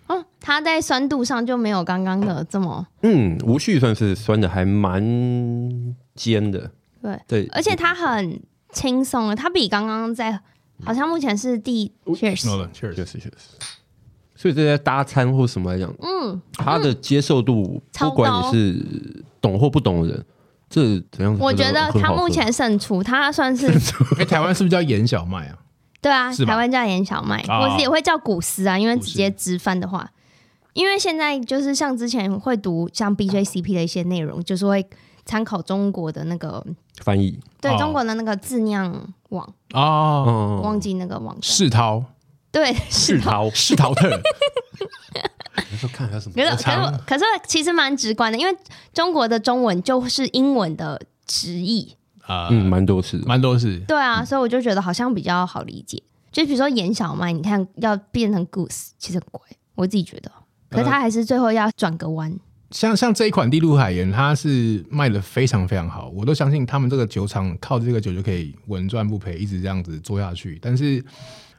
S1: 哦，它在酸度上就没有刚刚的这么
S3: 嗯，无序算是酸的，还蛮尖的，
S1: 对，
S3: 对，
S2: 呃
S3: 嗯
S1: 而且它很轻松，它比刚刚在好像目前是第 cheers，
S2: 诺了
S3: 确
S2: ，Cheers，
S3: 实确实。所以这些搭餐或什么来讲，
S1: 嗯，
S3: 他的接受度，
S1: 超
S3: 不管
S1: 高
S3: 你是懂或不懂的人，这怎样子都很好喝？
S1: 我觉得它目前胜出，它算是
S2: <laughs> 哎，台湾是不是叫盐小麦啊？
S1: 对啊，
S2: 是吧
S1: 台湾叫盐小麦，
S2: 啊
S1: 或是也会叫古诗啊，因为直接直翻的话，因为现在就是像之前会读像 BJCP 的一些内容，就是会参考中国的那个
S3: 翻译，
S1: 对、
S2: 哦
S1: 中国的那个字酿网，
S2: 哦，
S3: 嗯，
S1: 忘记那个网站，
S2: 世涛，
S1: 对，
S2: 世涛，世涛
S3: <laughs>
S2: 特，
S3: 那时候看还有什么
S1: 可是
S2: 我
S1: 可是
S2: 常
S1: 我可是其实蛮直观的，因为中国的中文就是英文的直译，
S2: 啊，
S3: 嗯，蛮多次的，
S2: 蛮多是
S1: 对
S3: 嗯
S1: 啊，所以我就觉得好像比较好理解。就比如说盐小麦，你看要变成 goose，其实很怪，我自己觉得，可是它还是最后要转个弯。
S2: 像像这一款地露海盐，它是卖的非常非常好，我都相信他们这个酒厂靠这个酒就可以稳赚不赔，一直这样子做下去。但是，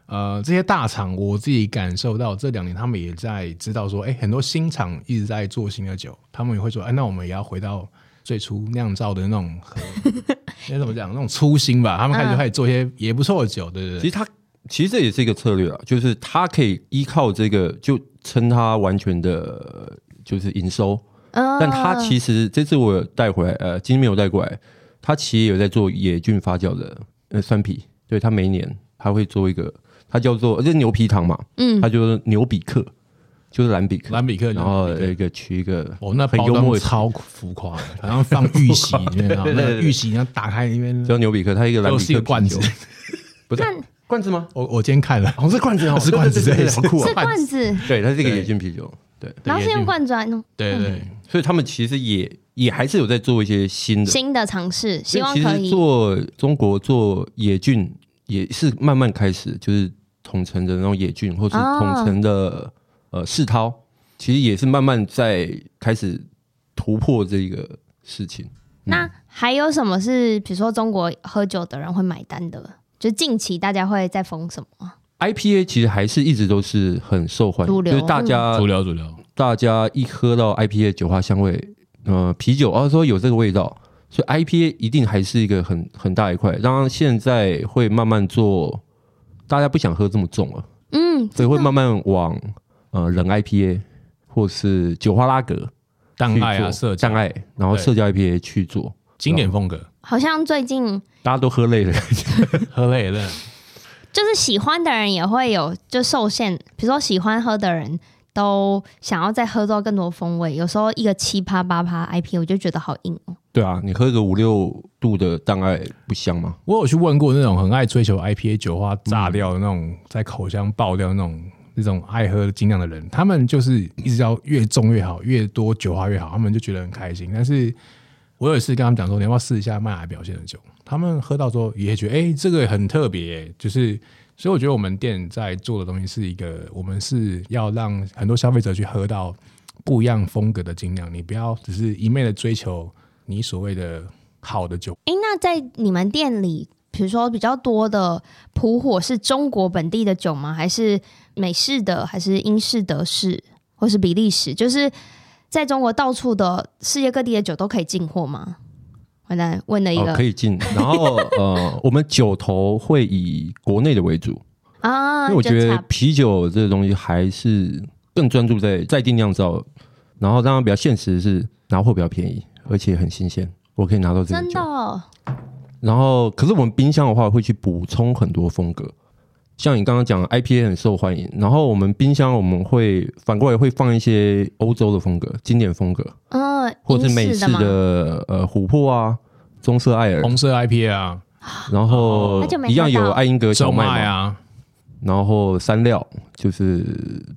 S2: 呃，这些大厂我自己感受到这两年，他们也在知道说，哎、很多新厂一直在做新的酒，他们也会说，哎、那我们也要回到最初酿造的那种和，那怎么讲，那种初心吧。他们开始
S1: 嗯
S2: 开始做一些也不错的酒，对不
S3: 其
S2: 对？
S3: 实他其实这也是一个策略啊，就是他可以依靠这个就称它完全的，就是营收。
S1: 嗯，
S3: 但他其实这次我有带回来，呃，今天没有带过来。他其实有在做野菌发酵的呃酸啤，对他每一年他会做一个，它叫做呃这是牛皮糖嘛，
S1: 嗯
S3: 它就是牛比克，就是蓝比克，
S2: 兰比克，
S3: 然后有一个取一个
S2: 哦，那
S3: 很
S2: 包
S3: 幽默
S2: 装
S3: 的
S2: 超浮夸的，好像放玉玺里面
S3: <laughs>
S2: 啊，
S3: 对对对
S2: 那个玉玺然后打开里面
S3: 叫牛比克，它一个蓝
S2: 都
S3: 比
S2: 是一
S3: 克
S2: 个罐子
S3: 啤。酒不是罐子吗？
S2: 我我今天看了，
S3: 哦，是罐子
S2: <laughs>
S3: 哦，
S2: 是罐子，
S3: 对对
S2: 对，
S3: 对
S2: 好
S3: 对对
S2: 酷
S1: 是
S2: 啊！
S1: 罐子，
S3: 对，它是一个野菌啤酒，对，
S1: 然后是用
S2: 对
S1: 罐装弄
S2: 对对，
S3: 所以他们其实也也还是有在做一些新的，
S1: 新的尝试，希
S3: 所以
S1: 望
S3: 其
S1: 可
S3: 实
S1: 以。
S3: 做中国做野菌也是慢慢开始，就是统称的那种野菌，或是
S1: 哦
S3: 统称的、呃世涛，其实也是慢慢在开始突破这个事情。
S1: 那还有什么是，比如说中国喝酒的人会买单的？就近期大家会在疯什么？
S3: IPA 其实还是一直都是很受欢
S1: 主
S3: 迎，
S1: 流嗯
S3: 就是大家、
S2: 主流主流，
S3: 大家一喝到 IPA 酒花香味，呃，啤酒啊说有这个味道，所以 IPA 一定还是一个很很大一块。当然现在会慢慢做，大家不想喝这么重啊了。
S1: 嗯，
S3: 所以会慢慢往呃冷 IPA 或是酒花拉格
S2: 当
S3: 去
S2: 爱啊，
S3: 做，
S2: 社
S3: 淡
S2: 交
S3: 爱，然后社交 IPA 去做，
S2: 经典风格，
S1: 好像最近
S3: 大家都喝累了， <laughs>
S2: 喝累了，
S1: 就是喜欢的人也会有就受限，比如说喜欢喝的人，都想要再喝到更多风味，有时候一个七趴八趴 IP 我就觉得好硬哦。
S3: 对啊，你喝个五六度的淡爱不香吗？
S2: 我有去问过那种很爱追求 IPA 酒花炸掉的那种，在口腔爆掉那种那种爱喝精酿的人，他们就是一直要越重越好，越多酒花越好，他们就觉得很开心。但是我有一次跟他们讲说，你要不要试一下麦芽表现的酒？他们喝到之后也觉得，哎、这个很特别、就是。所以我觉得我们店在做的东西是一个，我们是要让很多消费者去喝到不一样风格的精酿，你不要只是一昧的追求你所谓的好的酒。
S1: 诶，那在你们店里，比如说比较多的普火是中国本地的酒吗？还是美式的？还是英式、德式，或是比利时？就是在中国到处的世界各地的酒都可以进货吗？完蛋，问了一个、
S3: 哦，可以进。然后呃， <laughs> 我们酒头会以国内的为主，
S1: 啊，
S3: 因为我觉
S1: 就
S3: 得
S1: 差
S3: 啤酒这个东西还是更专注在在地酿造，然后当然比较现实的是拿货比较便宜，而且很新鲜，我可以拿到这个
S1: 真
S3: 酒
S1: 的。哦
S3: 然后，可是我们冰箱的话会去补充很多风格，像你刚刚讲 IPA 很受欢迎，然后我们冰箱我们会反过来会放一些欧洲的风格、经典风格，
S1: 嗯，
S3: 或者是
S1: 英
S3: 美式
S1: 的吗？哦
S3: 的呃琥珀啊、棕色艾尔，
S2: 红色 IPA 啊，
S3: 然后
S1: 那就没
S3: 一样
S1: 喝到
S3: 有爱因格小
S2: 小
S3: 麦嘛
S2: 麦啊，
S3: 然后三料就是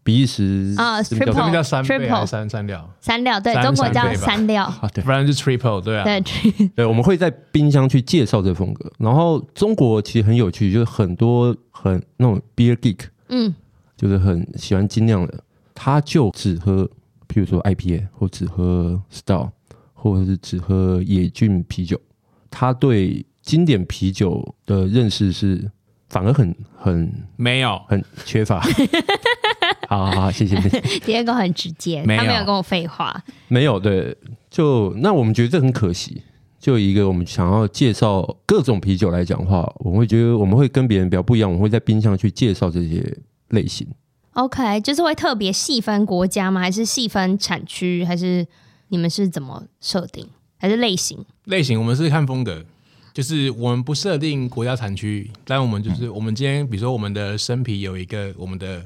S3: 比利时
S1: 啊
S3: 是比较
S1: triple
S2: 那个叫三倍还
S1: Triple
S2: 是三三料，
S1: 三料，对
S2: 三
S1: 中国
S2: 三
S1: 叫
S2: 倍吧
S1: 三料，
S3: 啊对
S2: 不然就 triple 对啊。
S1: 对， <laughs>
S3: 对，我们会在冰箱去介绍这个风格。然后中国其实很有趣，就是很多很那种 beer geek，
S1: 嗯，
S3: 就是很喜欢精酿的，他就只喝，譬如说 IPA 或只喝 Stout，或者是只喝野菌啤酒。他对经典啤酒的认识是反而很很
S2: 没有，
S3: 很缺乏。好好好，谢谢。谢谢
S1: 第二个很直接，
S2: 没
S1: 他没
S2: 有
S1: 有跟我废话，
S3: 没有，对，就那我们觉得这很可惜。就一个我们想要介绍各种啤酒来讲的话，我们会觉得我们会跟别人比较不一样，我们会在冰箱去介绍这些类型。
S1: OK，就是会特别细分国家吗？还是细分产区？还是你们是怎么设定？还是类型？
S2: 类型我们是看风格，就是我们不设定国家产区，但我们就是、
S3: 嗯
S2: 我们今天比如说我们的生啤有一个我们的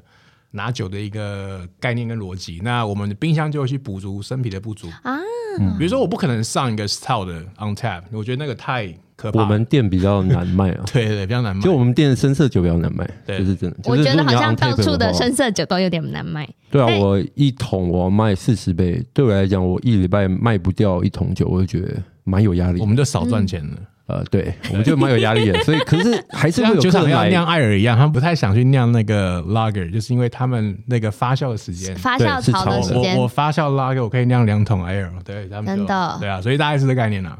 S2: 拿酒的一个概念跟逻辑，那我们的冰箱就会去补足生啤的不足
S1: 啊。
S2: 比如说我不可能上一个 stout 的 on tap，我觉得那个太可怕了。，
S3: 我们店比较难卖啊
S2: 对对对，比较难买。
S3: 就我们店的深色酒比较难卖，
S2: 对
S3: 就是真的。
S1: 我
S3: 就是
S1: 觉
S3: 如
S1: 得
S3: 果
S1: 好
S3: 你要
S1: 像
S3: on tap
S1: 到处的
S3: 话
S1: 深色酒哎都有点难卖。
S3: 对啊，
S1: 对
S3: 我一桶我要卖四十杯，对我来讲，我一礼拜卖不掉一桶酒，我就觉得蛮有压力
S2: 我。们就少赚钱了，
S3: 呃，对，我们就蛮有压
S2: <laughs>
S3: 力的，所以可是还是
S2: 就
S3: 会
S2: 像
S3: 有
S2: 酒
S3: 客
S2: 厂
S3: 人
S2: 要
S3: 来。
S2: 酿艾尔一样，他们不太想去酿那个 lager，就是因为他们那个发酵的时间
S1: 发酵
S3: 对是
S1: 槽
S3: 潮
S1: 的
S3: 的
S1: 时间
S2: 哦我我发酵拉格，我可以酿两桶 air，对，他们就
S1: 真的
S2: 对啊，所以大概是这概念啦、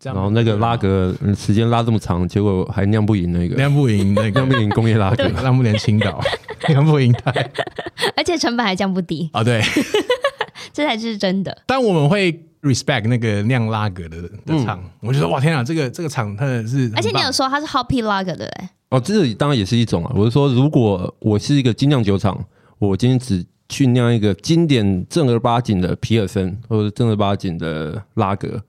S2: 这样
S3: 然后那个拉格嗯时间拉这么长，结果还酿不赢那个，
S2: 酿不赢那
S3: 酿
S2: 个
S3: 不赢工业拉格。
S2: 酿不赢青岛， <laughs> 酿不赢
S3: <laughs>
S2: 台
S1: 而且成本还降不低，
S2: 啊，对，
S1: 这才是真的。
S2: 但我们会 respect 那个酿拉格的的厂，
S3: 嗯
S2: 我就说哇天啊，这个这个厂真的是很棒，
S1: 而且你有说它是 Hoppy Lager 对不对？
S3: 哦，这当然也是一种啊。我是说，如果我是一个精酿酒厂，我今天只去酿一个经典正儿八经的皮尔森或者正儿八经的拉格，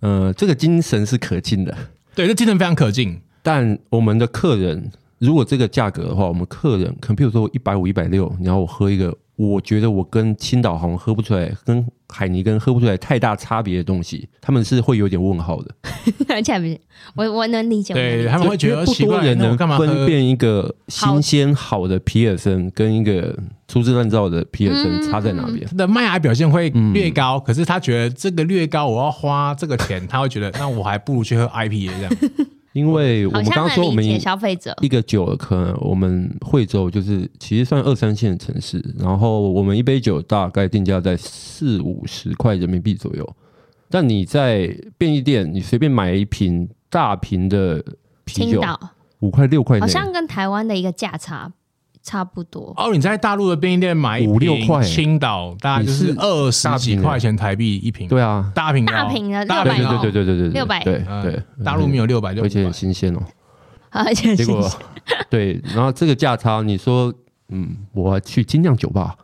S3: 呃，这个精神是可敬的。
S2: 对，这精神非常可敬，
S3: 但我们的客人，如果这个价格的话，我们客人可能譬如说一百五、一百六，然后我喝一个，我觉得我跟青岛好像喝不出来，跟海尼根喝不出来太大差别的东西，他们是会有点问号的。
S1: <laughs> 而且还不是我我能理解，我能理
S2: 对
S1: 解
S2: 他们会觉得
S3: 不
S2: 奇
S3: 多
S2: 怪，
S3: 人
S2: 那我
S3: 能
S2: 干嘛
S3: 分
S2: 喝？
S3: 辨一个新鲜好的皮尔森跟一个粗制滥造的皮尔
S1: 嗯
S3: 森差在哪边。
S2: 他的麦芽表现会
S3: 嗯
S2: 略高，可是他觉得这个略高，我要花这个钱，他会觉得那我还不如去喝 IPA 这样。
S3: <laughs> 因为我
S1: 好
S3: 们刚
S1: 像
S3: 刚说我
S1: 能
S3: 们
S1: 理解消费者。
S3: 一个酒，可能我们惠州就是其实算二三线城市，然后我们一杯酒大概定价在四五十块人民币左右。但你在便利店，你随便买一瓶大瓶的啤
S1: 青
S3: 酒，
S1: 岛
S3: 五块六块内
S1: 好，像跟台湾的一个价差差不多，
S2: 哦，你在大陆的便利店买一瓶
S3: 五六块欸
S2: 青岛大概就是
S3: 你是
S2: 二十
S3: 大
S2: 几
S3: 瓶的欸
S2: 块钱台币一瓶，
S3: 对啊，
S2: 大瓶的哦
S1: 大瓶的
S2: 大
S3: 对
S1: 600
S2: 瓶的哦
S3: 对对对对对对，
S1: 600
S3: 对
S2: 嗯
S3: 对，
S2: 大陆没有六百，就
S3: 而且
S2: 500
S3: 很新鲜哦。
S1: 而 <laughs> 且
S3: 结
S1: 是
S3: 果对，然后这个价差，你说，嗯，我去精酿酒吧，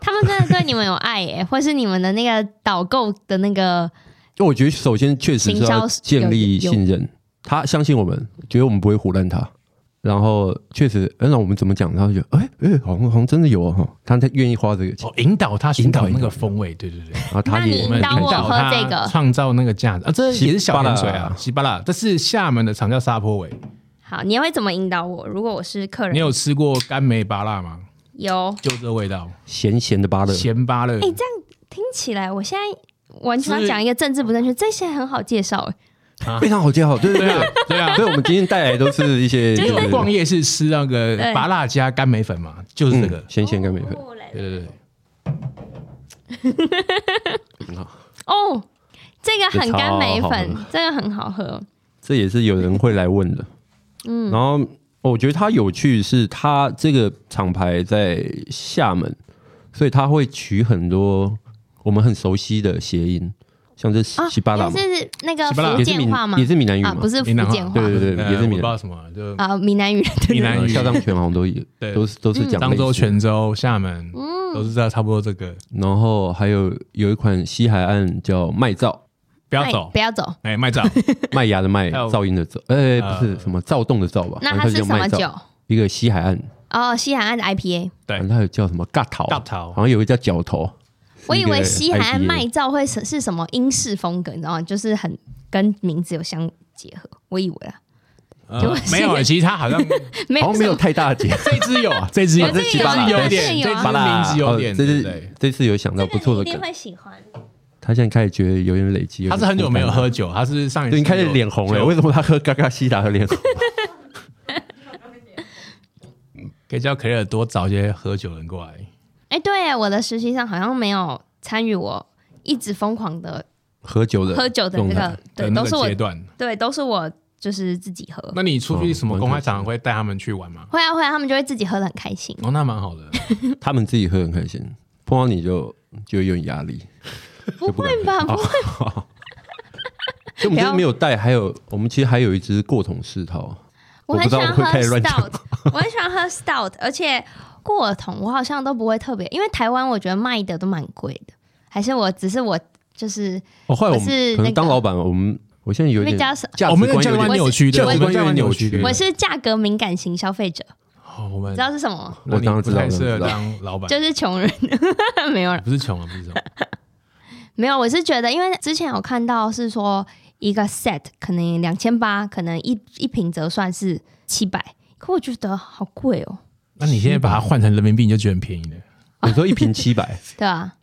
S1: 他们真的对你们有爱
S3: <laughs>
S1: 耶，或是你们的那个导购的那个
S3: 就我觉得首先确实是
S1: 行销
S3: 要
S1: 是
S3: 建立
S1: 有有
S3: 信任，他相信我们，觉得我们不会唬烂他。然后确实，哎，那我们怎么讲？他就觉得，哎哎，好像好像真的有哦，哈他他愿意花这个钱，
S2: 哦，引导他寻找
S3: 引导
S2: 那个风味，对对对，
S3: 然后他也
S1: 那
S2: 我
S1: 你
S2: 们
S1: 引导
S2: 引
S1: 我
S2: 导
S1: 喝
S2: 他
S1: 这个
S2: 创造那个价值啊，这也是小甜水啊，西
S3: 西
S2: 巴辣，这是厦门的厂叫沙坡尾。
S1: 好，你会怎么引导我？如果我是客人，
S2: 你有吃过甘梅巴辣吗？
S1: 有
S2: 就这味道，
S3: 咸咸的芭乐，
S2: 咸巴乐。
S1: 哎、这样听起来，我现在完全要
S2: 是
S1: 讲一个政治不正确，这些很好介绍哎、
S3: 非常好介绍，对
S2: 对 <laughs>
S3: 对
S2: 啊
S3: 对。，
S2: 对
S1: <laughs>
S2: 啊，
S3: 所以我们今天带来都是一些
S2: 就是
S3: 就是
S2: 逛夜市吃那个
S1: 对
S2: 拔辣加甘梅粉嘛，就是这个
S3: 嗯。咸咸跟梅粉，
S1: 哦来
S2: 对对对，
S1: 哦，这个很干梅
S3: 这超
S1: 粉
S3: 好，
S1: 这个很好喝。
S3: 这也是有人会来问的。嗯，然后我觉得它有趣是它这个厂牌在厦门，所以它会取很多我们很熟悉的谐音，像这
S1: 啊
S3: 西巴拉嘛，
S1: 这是那个
S2: 西巴拉
S1: 福
S3: 也是
S1: 建
S3: 闽
S1: 话吗？
S3: 也是闽南语
S1: 啊，
S3: 嘛，
S1: 不是福
S2: 闽南话
S1: 建话，
S3: 对对对，
S2: 呃
S3: 也
S2: 我
S3: 是
S2: 不
S3: 闽
S2: 知
S3: 南
S2: 道什么，就
S1: 啊，闽南语。
S2: 闽南
S3: 呃
S2: 语
S3: 下藏拳好像都也
S2: 对
S3: 都是都是讲
S1: 嗯
S2: 漳
S3: 类
S2: 州、
S3: 似的
S2: 泉州、厦门，都是在差不多这个。
S3: 然后还有有一款西海岸叫麦
S1: <laughs>
S3: 皂，
S2: 不要
S1: 哎
S2: 走
S1: 不，要走。
S2: 哎，卖账。
S3: 麦芽的麦
S2: 还有，
S3: 噪音的噪，哎，
S2: 呃
S3: 不是什么躁动的躁吧？
S1: 那
S3: 反
S1: 它
S3: 正
S1: 是
S3: 就
S1: 什么
S3: 麦
S1: 酒
S3: 皂，？一个西海岸，
S1: 哦，西海岸的 IPA。
S2: 对
S3: 反正它有叫什么尬桃，
S2: 尬桃
S3: 好像有一个叫角头。
S1: 我以为西海岸麦
S3: 麦
S1: 照会是是什么英式风格，你知道吗？就是很跟名字有相结合。我以为啊， <laughs>
S2: 呃
S1: 就
S2: 没有，其实它好像
S1: 没
S3: 好
S1: 有
S3: 像没
S1: 什
S3: 有
S1: 么
S3: 太大节， <laughs>
S2: 这只有啊，这只有，
S1: 有这
S2: 只
S1: 个有啊
S2: 有
S1: 这个
S2: 点，
S1: 有
S2: 这
S1: 啊
S2: 只名字有点，
S3: 哦这
S2: 对
S3: 次
S2: 对。
S3: 这次有想到不错的
S1: 你一定
S3: 梗，
S1: 会喜欢。
S3: 他现在开始觉得有点累积，
S2: 他是很久没有喝酒，他是上一次
S3: 有点负担，对，你开始脸红了。为什么他喝嘎嘎西达和脸
S1: <laughs>
S3: 红？
S2: 可以叫可乐多找一些喝酒人过来。
S1: 哎、对，我的实习上好像没有参与我一直疯狂的
S3: 喝酒的
S1: 喝酒的
S3: 状
S1: 那
S3: 态
S1: 个，对，
S2: 那
S1: 都
S2: 个
S1: 是我
S2: 阶，段。
S1: 对，都是我就是自己喝。
S2: 那你出去什么
S3: 哦
S2: 公开
S3: 蛮可惜
S2: 场合会带他们去玩吗？
S1: 会啊会啊，他们就会自己喝的很开心。
S2: 哦，那蛮好的。
S3: 他们自己喝很开心，碰到你就就有点压力。
S1: 不会吧？不会，
S3: 哦所以我们今天没有带，还有我们其实还有一支过桶试套，
S1: 我很喜
S3: 不知道
S1: 欢
S3: 我会
S1: 喝
S3: 开始乱讲
S1: stout，我很喜欢喝 stout，而且过桶我好像都不会特别，因为台湾我觉得卖的都蛮贵的，还是我只是我就是
S3: 哦，后来我
S1: 我是
S3: 们可
S1: 那
S3: 能
S1: 个
S3: 当老板，我们我现在有点
S1: 因为加上
S3: 价
S2: 我
S3: 值
S2: 们的
S3: 观
S2: 价值
S3: 有
S2: 观
S3: 点
S1: 我
S2: 扭曲的，
S1: 我
S2: 们价值观扭曲的。
S3: 对
S1: 我是价格敏感型消费者，
S2: 哦，我们
S1: 你知道是什么吗？
S2: 那你
S3: 我当然
S2: 不
S3: 知道
S2: 太
S3: 我当然
S2: 适合
S3: 知道
S2: 当老板，
S1: 就是穷人， <laughs> 没有了，
S2: 不是穷啊，不是穷。
S1: 没有。我是觉得，因为之前有看到是说一个 set 可能两千八，可能一一瓶折算是七百，可我觉得好贵哦，
S2: 那你现在把它换成人民币，你就觉得很便宜了。
S3: 你说一瓶七百，
S1: 对啊。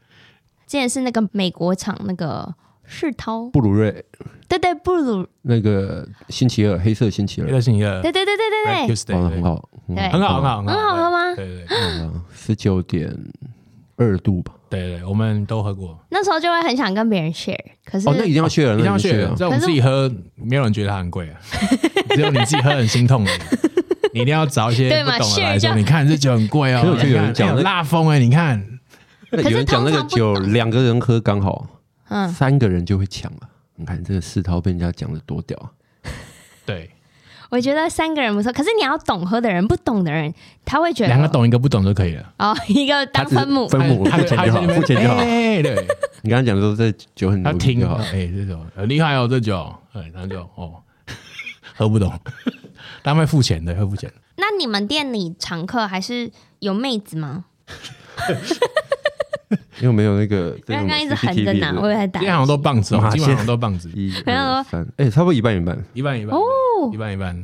S1: 之前是那个美国厂那个世涛，
S3: 布鲁瑞
S1: 对对，布
S2: 嗯
S1: 鲁，
S3: 那个星期二黑色星期二
S2: 黑，色星期二
S1: 对对对对对对，
S2: ，Tuesday，
S3: 哦，
S2: 对
S3: 很好，
S1: 对
S2: 很好，很好，
S1: 很好喝吗
S2: 对对对
S3: 十九点二度吧。
S2: 对对，我们都喝过。
S1: 那时候就会很想跟别人 share，可是
S3: 哦，那一定要确认，
S2: 一定要
S3: 那
S2: 去
S3: 确认，
S2: 在我们自己喝，没有人觉得它很贵啊， <laughs> 只有你自己喝很心痛而已。你一定要找一些
S1: 对
S2: 不
S1: 嘛
S2: 懂的
S1: 是
S2: 来说，
S1: 就
S2: 你看这酒很贵哦
S3: 可是，我觉得
S2: 你看
S3: 有人讲
S2: 哎
S3: 那
S2: 辣风哎，你看
S3: 那有人讲那个酒两个人喝刚好，
S1: 嗯，
S3: 三个人就会抢了。你看这个世涛被人家讲的多屌啊！
S2: 对，
S1: 我觉得三个人不错，可是你要懂喝的人，不懂的人他会觉得
S2: 两个懂一个不懂就可以了。
S1: 哦，一个当分母，
S3: 分母
S2: 他
S3: 付钱就好，付钱就好。
S2: 哎，对，
S3: 你刚刚讲说这酒很
S2: 他
S3: 牛逼
S2: 听
S3: 就好，
S2: 哎，这种很厉害哦，这酒，哎，他就哦， <laughs> 喝不懂，他们会付钱的，会付钱。
S1: 那你们店里常客还是有妹子吗？
S3: 因为没有那个。这
S1: 刚
S3: 种
S1: 刚一直喊着
S3: CCTV
S1: 呢，我也在打
S2: 今。天好像都棒子哦，
S3: 马
S2: 今
S3: 先
S2: 晚好像都棒子，
S3: 一
S1: 没有啊
S3: 二三，哎，差不多一半一半。
S2: 一半一半
S1: 哦，
S2: 一半一半。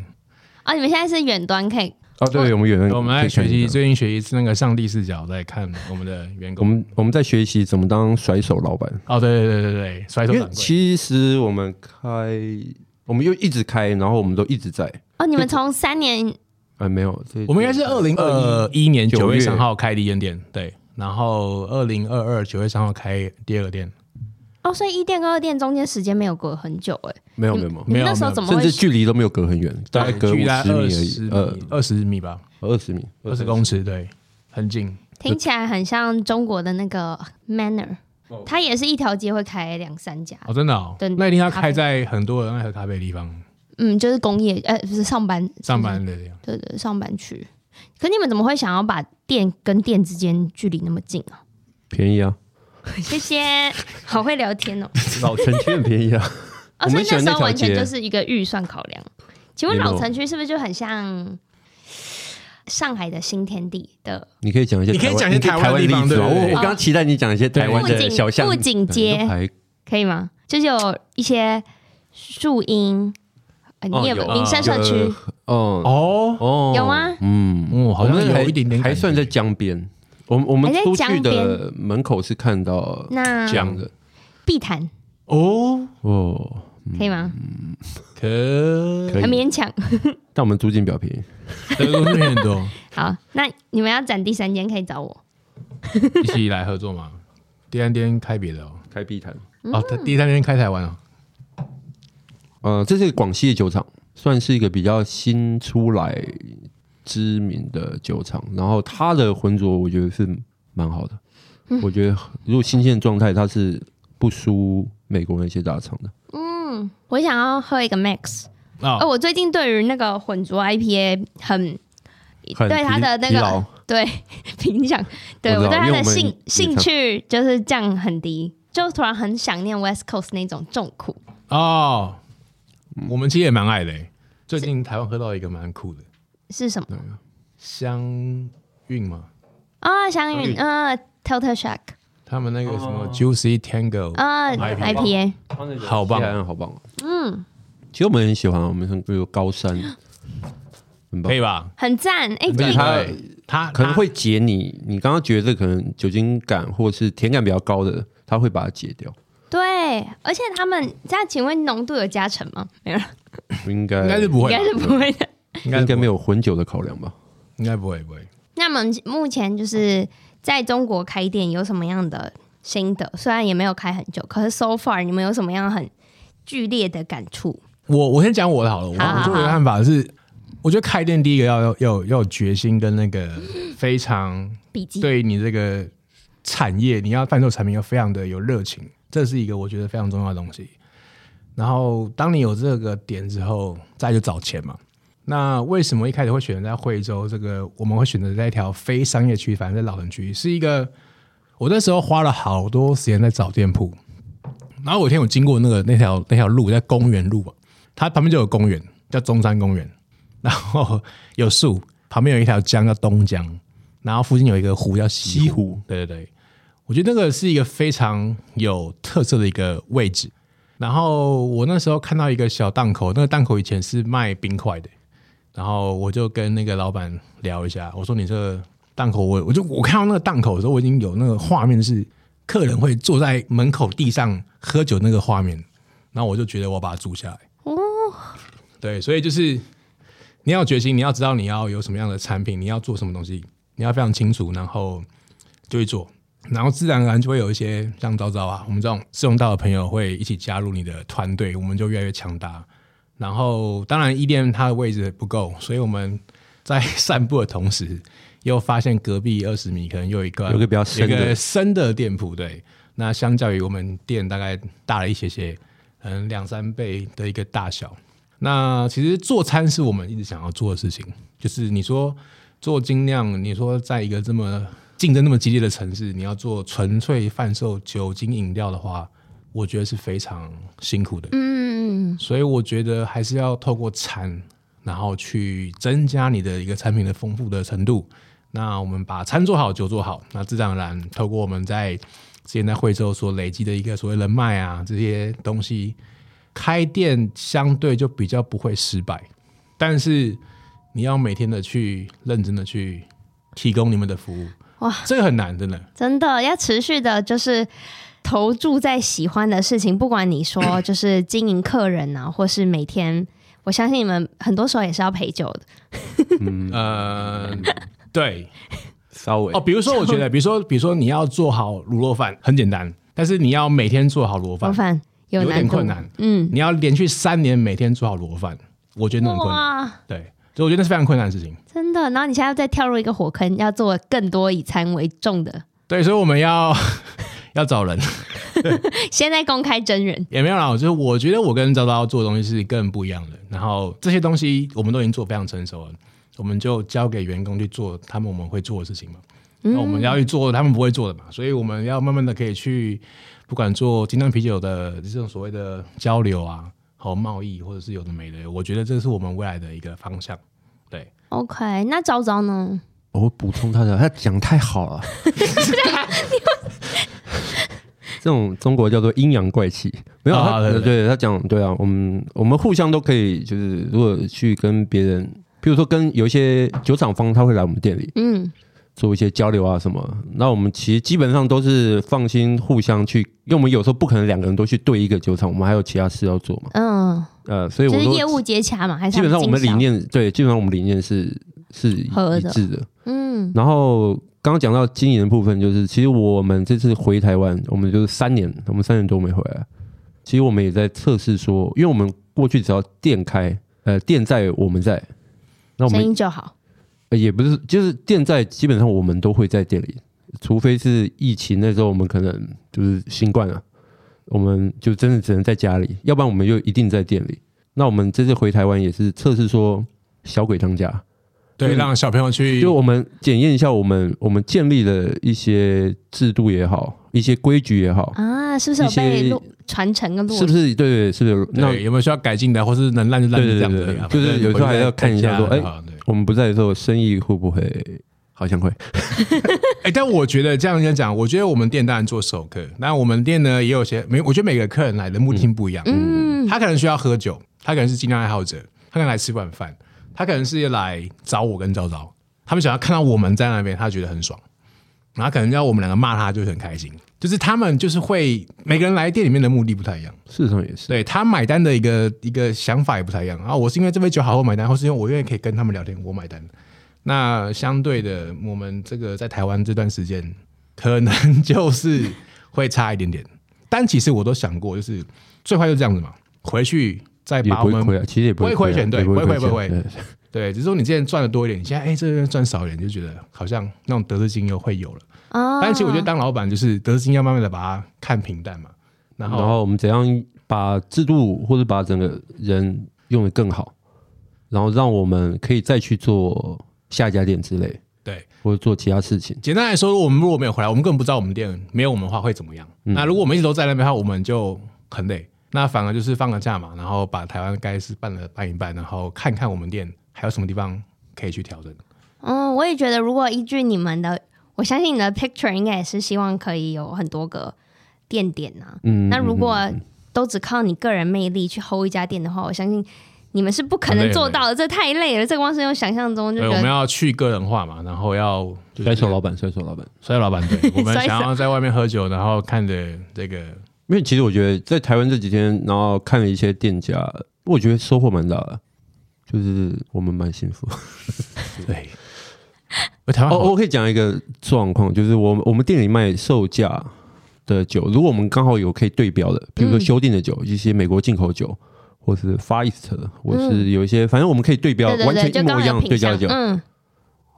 S1: 哦，你们现在是远端可以
S3: 哦，对，我们有人
S2: 我们在学
S3: 可以看一
S2: 习，
S3: 下
S2: 最近学习是那个上帝视角，在看我们的员
S3: 我
S2: 工。
S3: 们我们在学习怎么当甩手老板。
S2: 哦，对对对对对，甩手
S3: 因
S2: 掌柜。
S3: 为其实我们开，我们又一直开，然后我们都一直在。
S1: 哦，你们从三年
S3: 啊，没有，这
S2: 我们应该是二零二一年九月三号开第一间店，对，然后二零二二九月三号开第二个店，
S1: 哦，所以一店跟二店中间时间没有隔很久哎，
S3: 没有没有没
S1: 你
S3: 有，
S2: 哦没
S1: 们
S2: 有
S1: 那时候
S2: 没有
S1: 怎么
S3: 甚
S1: 会
S3: 至距离都没有隔很远，大概隔五
S2: 距
S3: 十
S2: 离
S3: 米
S2: 大概
S3: 而
S2: 二
S3: 已
S2: 十，
S3: 呃
S2: 米，，二十米吧，
S3: 二十米，
S2: 二十公尺，对，很近。
S1: 听起来很像中国的那个 Manner，它也是一条街会开两三家，
S2: 哦，真的哦
S1: 对，
S2: 那一定要
S1: 咖啡
S2: 开在很多人爱喝咖啡的地方，
S1: 嗯，就是工业呃不是上班
S2: 上班的地方。
S1: 对对上班区。可你们怎么会想要把店跟店之间距离那么近
S2: <laughs>
S1: 啊？
S3: 便宜啊，
S1: 谢谢，好会聊天哦。
S3: <laughs> 老城区很便宜啊。
S1: 哦，
S3: 我
S1: 所以
S3: 们选
S1: 那时
S3: 那
S1: 候
S3: 条
S1: 完全
S3: 街
S1: 就是一个预算考量。请问
S3: 没有
S1: 老城区是不是就很像上海的新天地的
S3: 你可以讲一些
S2: 你可以
S3: 台湾，
S2: 讲一些
S3: 你可以
S2: 台湾的地方
S3: 例子吗
S2: 对对
S3: 我
S2: 对
S3: 我刚刚期待你讲一些台湾
S1: 对
S3: 的小巷
S1: 哦布景布景街
S3: 对还
S1: 可以吗？就是有一些树荫，呃、
S3: 哦
S1: 你也
S3: 有
S1: 有
S3: 啊
S1: 民生社区，
S3: 哦
S2: 哦，
S3: 哦
S1: 有吗？
S3: 嗯，
S2: 嗯，好像
S3: 我们还
S2: 有一点点感觉
S3: 还算在江边。我们我们
S1: 还在
S3: 出去
S1: 江
S3: 的
S1: 边嗯
S3: 门口是看到
S1: 那
S3: 江的
S1: 碧潭
S2: 哦，
S3: 哦，
S1: 可以吗？
S2: 可
S3: 可以
S1: 很勉强。
S3: 但我们租金比较便宜。
S2: 德国那边很多， <laughs>
S1: 好，那你们要展第三间可以找我。
S2: 一起来合作嘛。第三天开别的哦，
S3: 开碧潭，
S2: 哦，
S1: 嗯
S2: 他第三天开台湾哦，
S3: 呃，这是广西的酒厂，算是一个比较新出来知名的酒厂。然后它的浑浊，我觉得是蛮好的。
S1: 嗯
S3: 我觉得如果新鲜状态，它是不输美国那些大厂的。
S1: 我想要喝一个 Max，
S2: 啊
S1: 哦，，我最近对于那个混浊 IPA 很
S3: 很
S1: 对它
S3: 疲
S1: 的那
S3: 疲劳
S1: 个对 <laughs> 影响，对
S3: 我知
S1: 我
S3: 道
S1: 对它
S3: 因为
S1: 的
S3: 我们也
S1: 兴
S3: 常
S1: 兴趣就是降很低，就突然很想念 West Coast 那种重苦。
S2: 哦，我们其实也蛮爱的欸。最近台湾喝到一个蛮酷的
S1: 是什么
S2: 香韵嘛，
S1: 啊？香云，嗯、呃、，Total Shack，
S2: 他们那个什
S3: 哦
S2: 么 Juicy Tango，
S1: 啊
S2: IPA
S1: ，IPA，
S2: 好棒
S3: 西海岸好棒。嗯，其实我们很喜欢，我们很有高山，很棒
S2: 可以。吧？
S1: 很赞。哎，
S3: 而且
S1: 这个
S3: 它
S2: 他
S3: 可能会解你，你刚刚觉得可能酒精感或是甜感比较高的，它会把它解掉。
S1: 对，而且他们这样，请问浓度有加成吗？没有，
S3: 应该
S2: 应该是不
S1: 应
S2: 会吧，
S1: 该是不会的。
S2: 应
S3: 应该没
S2: 有，
S3: 有混酒的考量吧？
S2: 应该不会不会。
S1: 那我们目前就是在中国开店有什么样的心得？虽然也没有开很久，可是 so far 你们有什么样很剧烈的感触？
S2: 我我先讲我的好了，我
S1: 好好
S2: 我我的看法是，我觉得开店第一个要要要要有决心跟那个非常
S1: 笔记
S2: 对你这个产业，你要贩售产品要非常的有热情，这是一个我觉得非常重要的东西。然后，当你有这个点之后，再就找钱嘛。那为什么一开始会选择在惠州？这个我们会选择在一条非商业区，反正在老城区，是一个我那时候花了好多时间在找店铺。然后有一天我经过那个那条那条路，在公园路嘛，它旁边就有公园，叫中山公园，然后有树，旁边有一条江叫东江， <laughs> 然后附近有一个湖叫西湖。
S3: 西湖
S2: 对对对，我觉得那个是一个非常有特色的一个位置。然后我那时候看到一个小档口，那个档口以前是卖冰块的，然后我就跟那个老板聊一下，我说你这个档口，我我就我看到那个档口的时候，我已经有那个画面是客人会坐在门口地上喝酒那个画面，然后我就觉得我把它租下来。哦，对，所以就是你要有决心，你要知道你要有什么样的产品，你要做什么东西，你要非常清楚，然后就会做，然后自然而然就会有一些像昭昭啊，我们这种志同道的朋友会一起加入你的团队，我们就越来越强大。然后当然一店它的位置不够，所以我们在散步的同时，又发现隔壁二十米可能又有一个
S3: 有一个比较深的
S2: 有一个深的店铺，对。那相较于我们店大概大了一些些，可能两三倍的一个大小。那其实做餐是我们一直想要做的事情，就是你说做精酿，你说在一个这么竞争那么激烈的城市，你要做纯粹贩售酒精饮料的话，我觉得是非常辛苦的。
S1: 嗯，
S2: 所以我觉得还是要透过餐，然后去增加你的一个产品的丰富的程度。那我们把餐做好，酒做好，那自然而然透过我们在之前在惠州所累积的一个所谓人脉啊这些东西，开店相对就比较不会失败。但是你要每天的去认真的去提供你们的服务，
S1: 哇，
S2: 这个很难，真的。
S1: 真的要持续的，就是投注在喜欢的事情，不管你说 <coughs> 就是经营客人啊，或是每天，我相信你们很多时候也是要陪酒的。
S2: 呃，对，
S3: 稍微
S2: 哦，比如说，我觉得，比如说，比如说，你要做好卤肉饭很简单，但是你要每天做好卤肉
S1: 老
S2: 饭，
S1: 板有
S2: 有
S1: 难
S2: 点
S1: 度，
S2: 困难。
S1: 嗯，
S2: 你要连续三年每天做好卤肉饭，我觉得那很困难。
S1: 哇，
S2: 对，所以我觉得那是非常困难的事情。
S1: 真的。然后你现在又再跳入一个火坑，要做更多以餐为重的， <laughs>
S2: 对，所以我们要 <laughs> 要找人，
S1: 现在公开真人。
S2: 也没有啦。就是我觉得我跟昭昭做的东西是更不一样的。然后这些东西我们都已经做非常成熟了，我们就交给员工去做他们我们会做的事情嘛。那我们要去做他们不会做的嘛，所以我们要慢慢的可以去，不管做精酿啤酒的这种所谓的交流啊，和贸易或者是有的没的，我觉得这是我们未来的一个方向。对，
S1: OK，那昭昭呢？
S3: 我会补充他的，他讲太好 <laughs> 了。这种中国叫做阴阳怪气，没有、
S2: 啊
S3: 他，
S2: 对对
S3: 对他讲，对啊，我们我们互相都可以，就是如果去跟别人，比如说跟有一些酒厂方，他会来我们店里
S1: 嗯，
S3: 做一些交流啊什么，那我们其实基本上都是放心互相去，因为我们有时候不可能两个人都去对一个酒厂，我们还有其他事要做嘛，
S1: 嗯，
S3: 呃，所以
S1: 就
S3: 我
S1: 是
S3: 都
S1: 业务接洽嘛，还是
S3: 基本上我
S1: 他
S3: 们理
S1: 经销，
S3: 念对，基本上我们理念是是一
S1: 合
S3: 一
S1: 的
S3: 致的，
S1: 嗯
S3: 然后刚刚讲到经营的部分，就是其实我们这次回台湾，我们就是三年，我们三年多没回来。其实我们也在测试说，因为我们过去只要店开，呃，店在我们在，那我
S1: 声
S3: 们
S1: 音就好，
S3: 呃也不是，就是店在，基本上我们都会在店里，除非是疫情那时候，我们可能就是新冠啊，我们就真的只能在家里，要不然我们就一定在店里。那我们这次回台湾也是测试说小鬼当家，
S2: 对，
S3: 嗯
S2: 让小朋友去
S3: 就我们检验一下我们我们建立的一些制度也好，一些规矩也好，
S1: 啊，是不是有
S3: 一些
S1: 被落传承跟落？
S3: 是不是对对是不是？那
S2: 对有没有需要改进的，或是能烂就烂就这样子
S3: 对对对，就是有时候还要看一下说哎
S2: 啊
S3: 我们不在的时候，生意会不会好像会？
S2: 哎，但我觉得这样讲，我觉得我们店当然做首客，那我们店呢也有些每，我觉得每个客人来的目的不一样，
S1: 嗯，
S2: 他可能需要喝酒，他可能是精酿爱好者，他可能来吃晚饭，他可能是来找我跟昭昭，他们想要看到我们在那边，他觉得很爽，然后可能要我们两个骂他就很开心，就是他们就是会每个人来店里面的目的不太一样，
S3: 事实上也是，
S2: 对他买单的一个一个想法也不太一样啊，我是因为这杯酒好我买单，或是因为我愿意可以跟他们聊天我买单，那相对的我们这个在台湾这段时间可能就是会差一点点，但其实我都想过，就是最坏就这样子嘛，回去再
S3: 也
S2: 把
S3: 不
S2: 我
S3: 会亏
S2: 们
S3: 啊，其实也
S2: 不
S3: 会
S2: 会亏
S3: 亏啊
S2: 钱对
S3: 也不
S2: 不会
S3: 亏
S2: 不会
S3: 钱对
S2: 对，只是说你之前赚的多一点，你现在哎这边赚少一点，就觉得好像那种得失心又会有了，
S1: 啊，
S2: 但其实我觉得当老板就是得失心要慢慢的把它看平淡嘛，然
S3: 然
S2: 后
S3: 后我们怎样把制度或者把整个人用得更好，然后让我们可以再去做下一家店之类，
S2: 对。
S3: 或者做其他事情。
S2: 简单来说，我们如果没有回来，我们根本不知道我们店没有我们的话会怎么样。那如果我们一直都在那边的话，我们就很累。那反而就是放个假嘛，然后把台湾该是办了办一办，然后看看我们店还有什么地方可以去调整。
S1: 嗯，我也觉得，如果依据你们的，我相信你的 picture 应该也是希望可以有很多个店点呐、
S3: 嗯，
S1: 那如
S3: 嗯
S1: 果都只靠你个人魅力去 hold 一家店的话，我相信你们是不可
S2: 很累
S1: 能
S2: 很
S1: 做到的，这太累了。这光是用想象中就
S2: 对，
S1: 觉
S2: 我们
S1: 得，
S2: 要去个人化嘛，然后要就 <laughs> 是
S3: 嗯甩手老板，甩手老板。
S2: 摔老板对，我们
S1: 摔手
S2: 想要在外面喝酒，然后看着这个
S3: 因为其实我觉得在台湾这几天，然后看了一些店家，我觉得收获蛮大的，就是我们蛮幸福。
S2: 对。呃台湾
S3: 哦，
S2: 好
S3: 我可以讲一个状况，就是我们我们店里卖售价的酒，如果我们刚好有可以对标的，比如
S1: 嗯
S3: 说修订的酒，一些美国进口酒，或是 Far East，或是
S1: 嗯
S3: 有一些，反正我们可以对标
S1: 对对
S3: 完
S1: 对，
S3: 全
S1: 就
S3: 一
S1: 刚
S3: 模
S1: 好
S3: 一
S1: 有
S3: 样的对
S1: 品
S3: 标
S1: 相
S3: 的，酒，
S1: 嗯，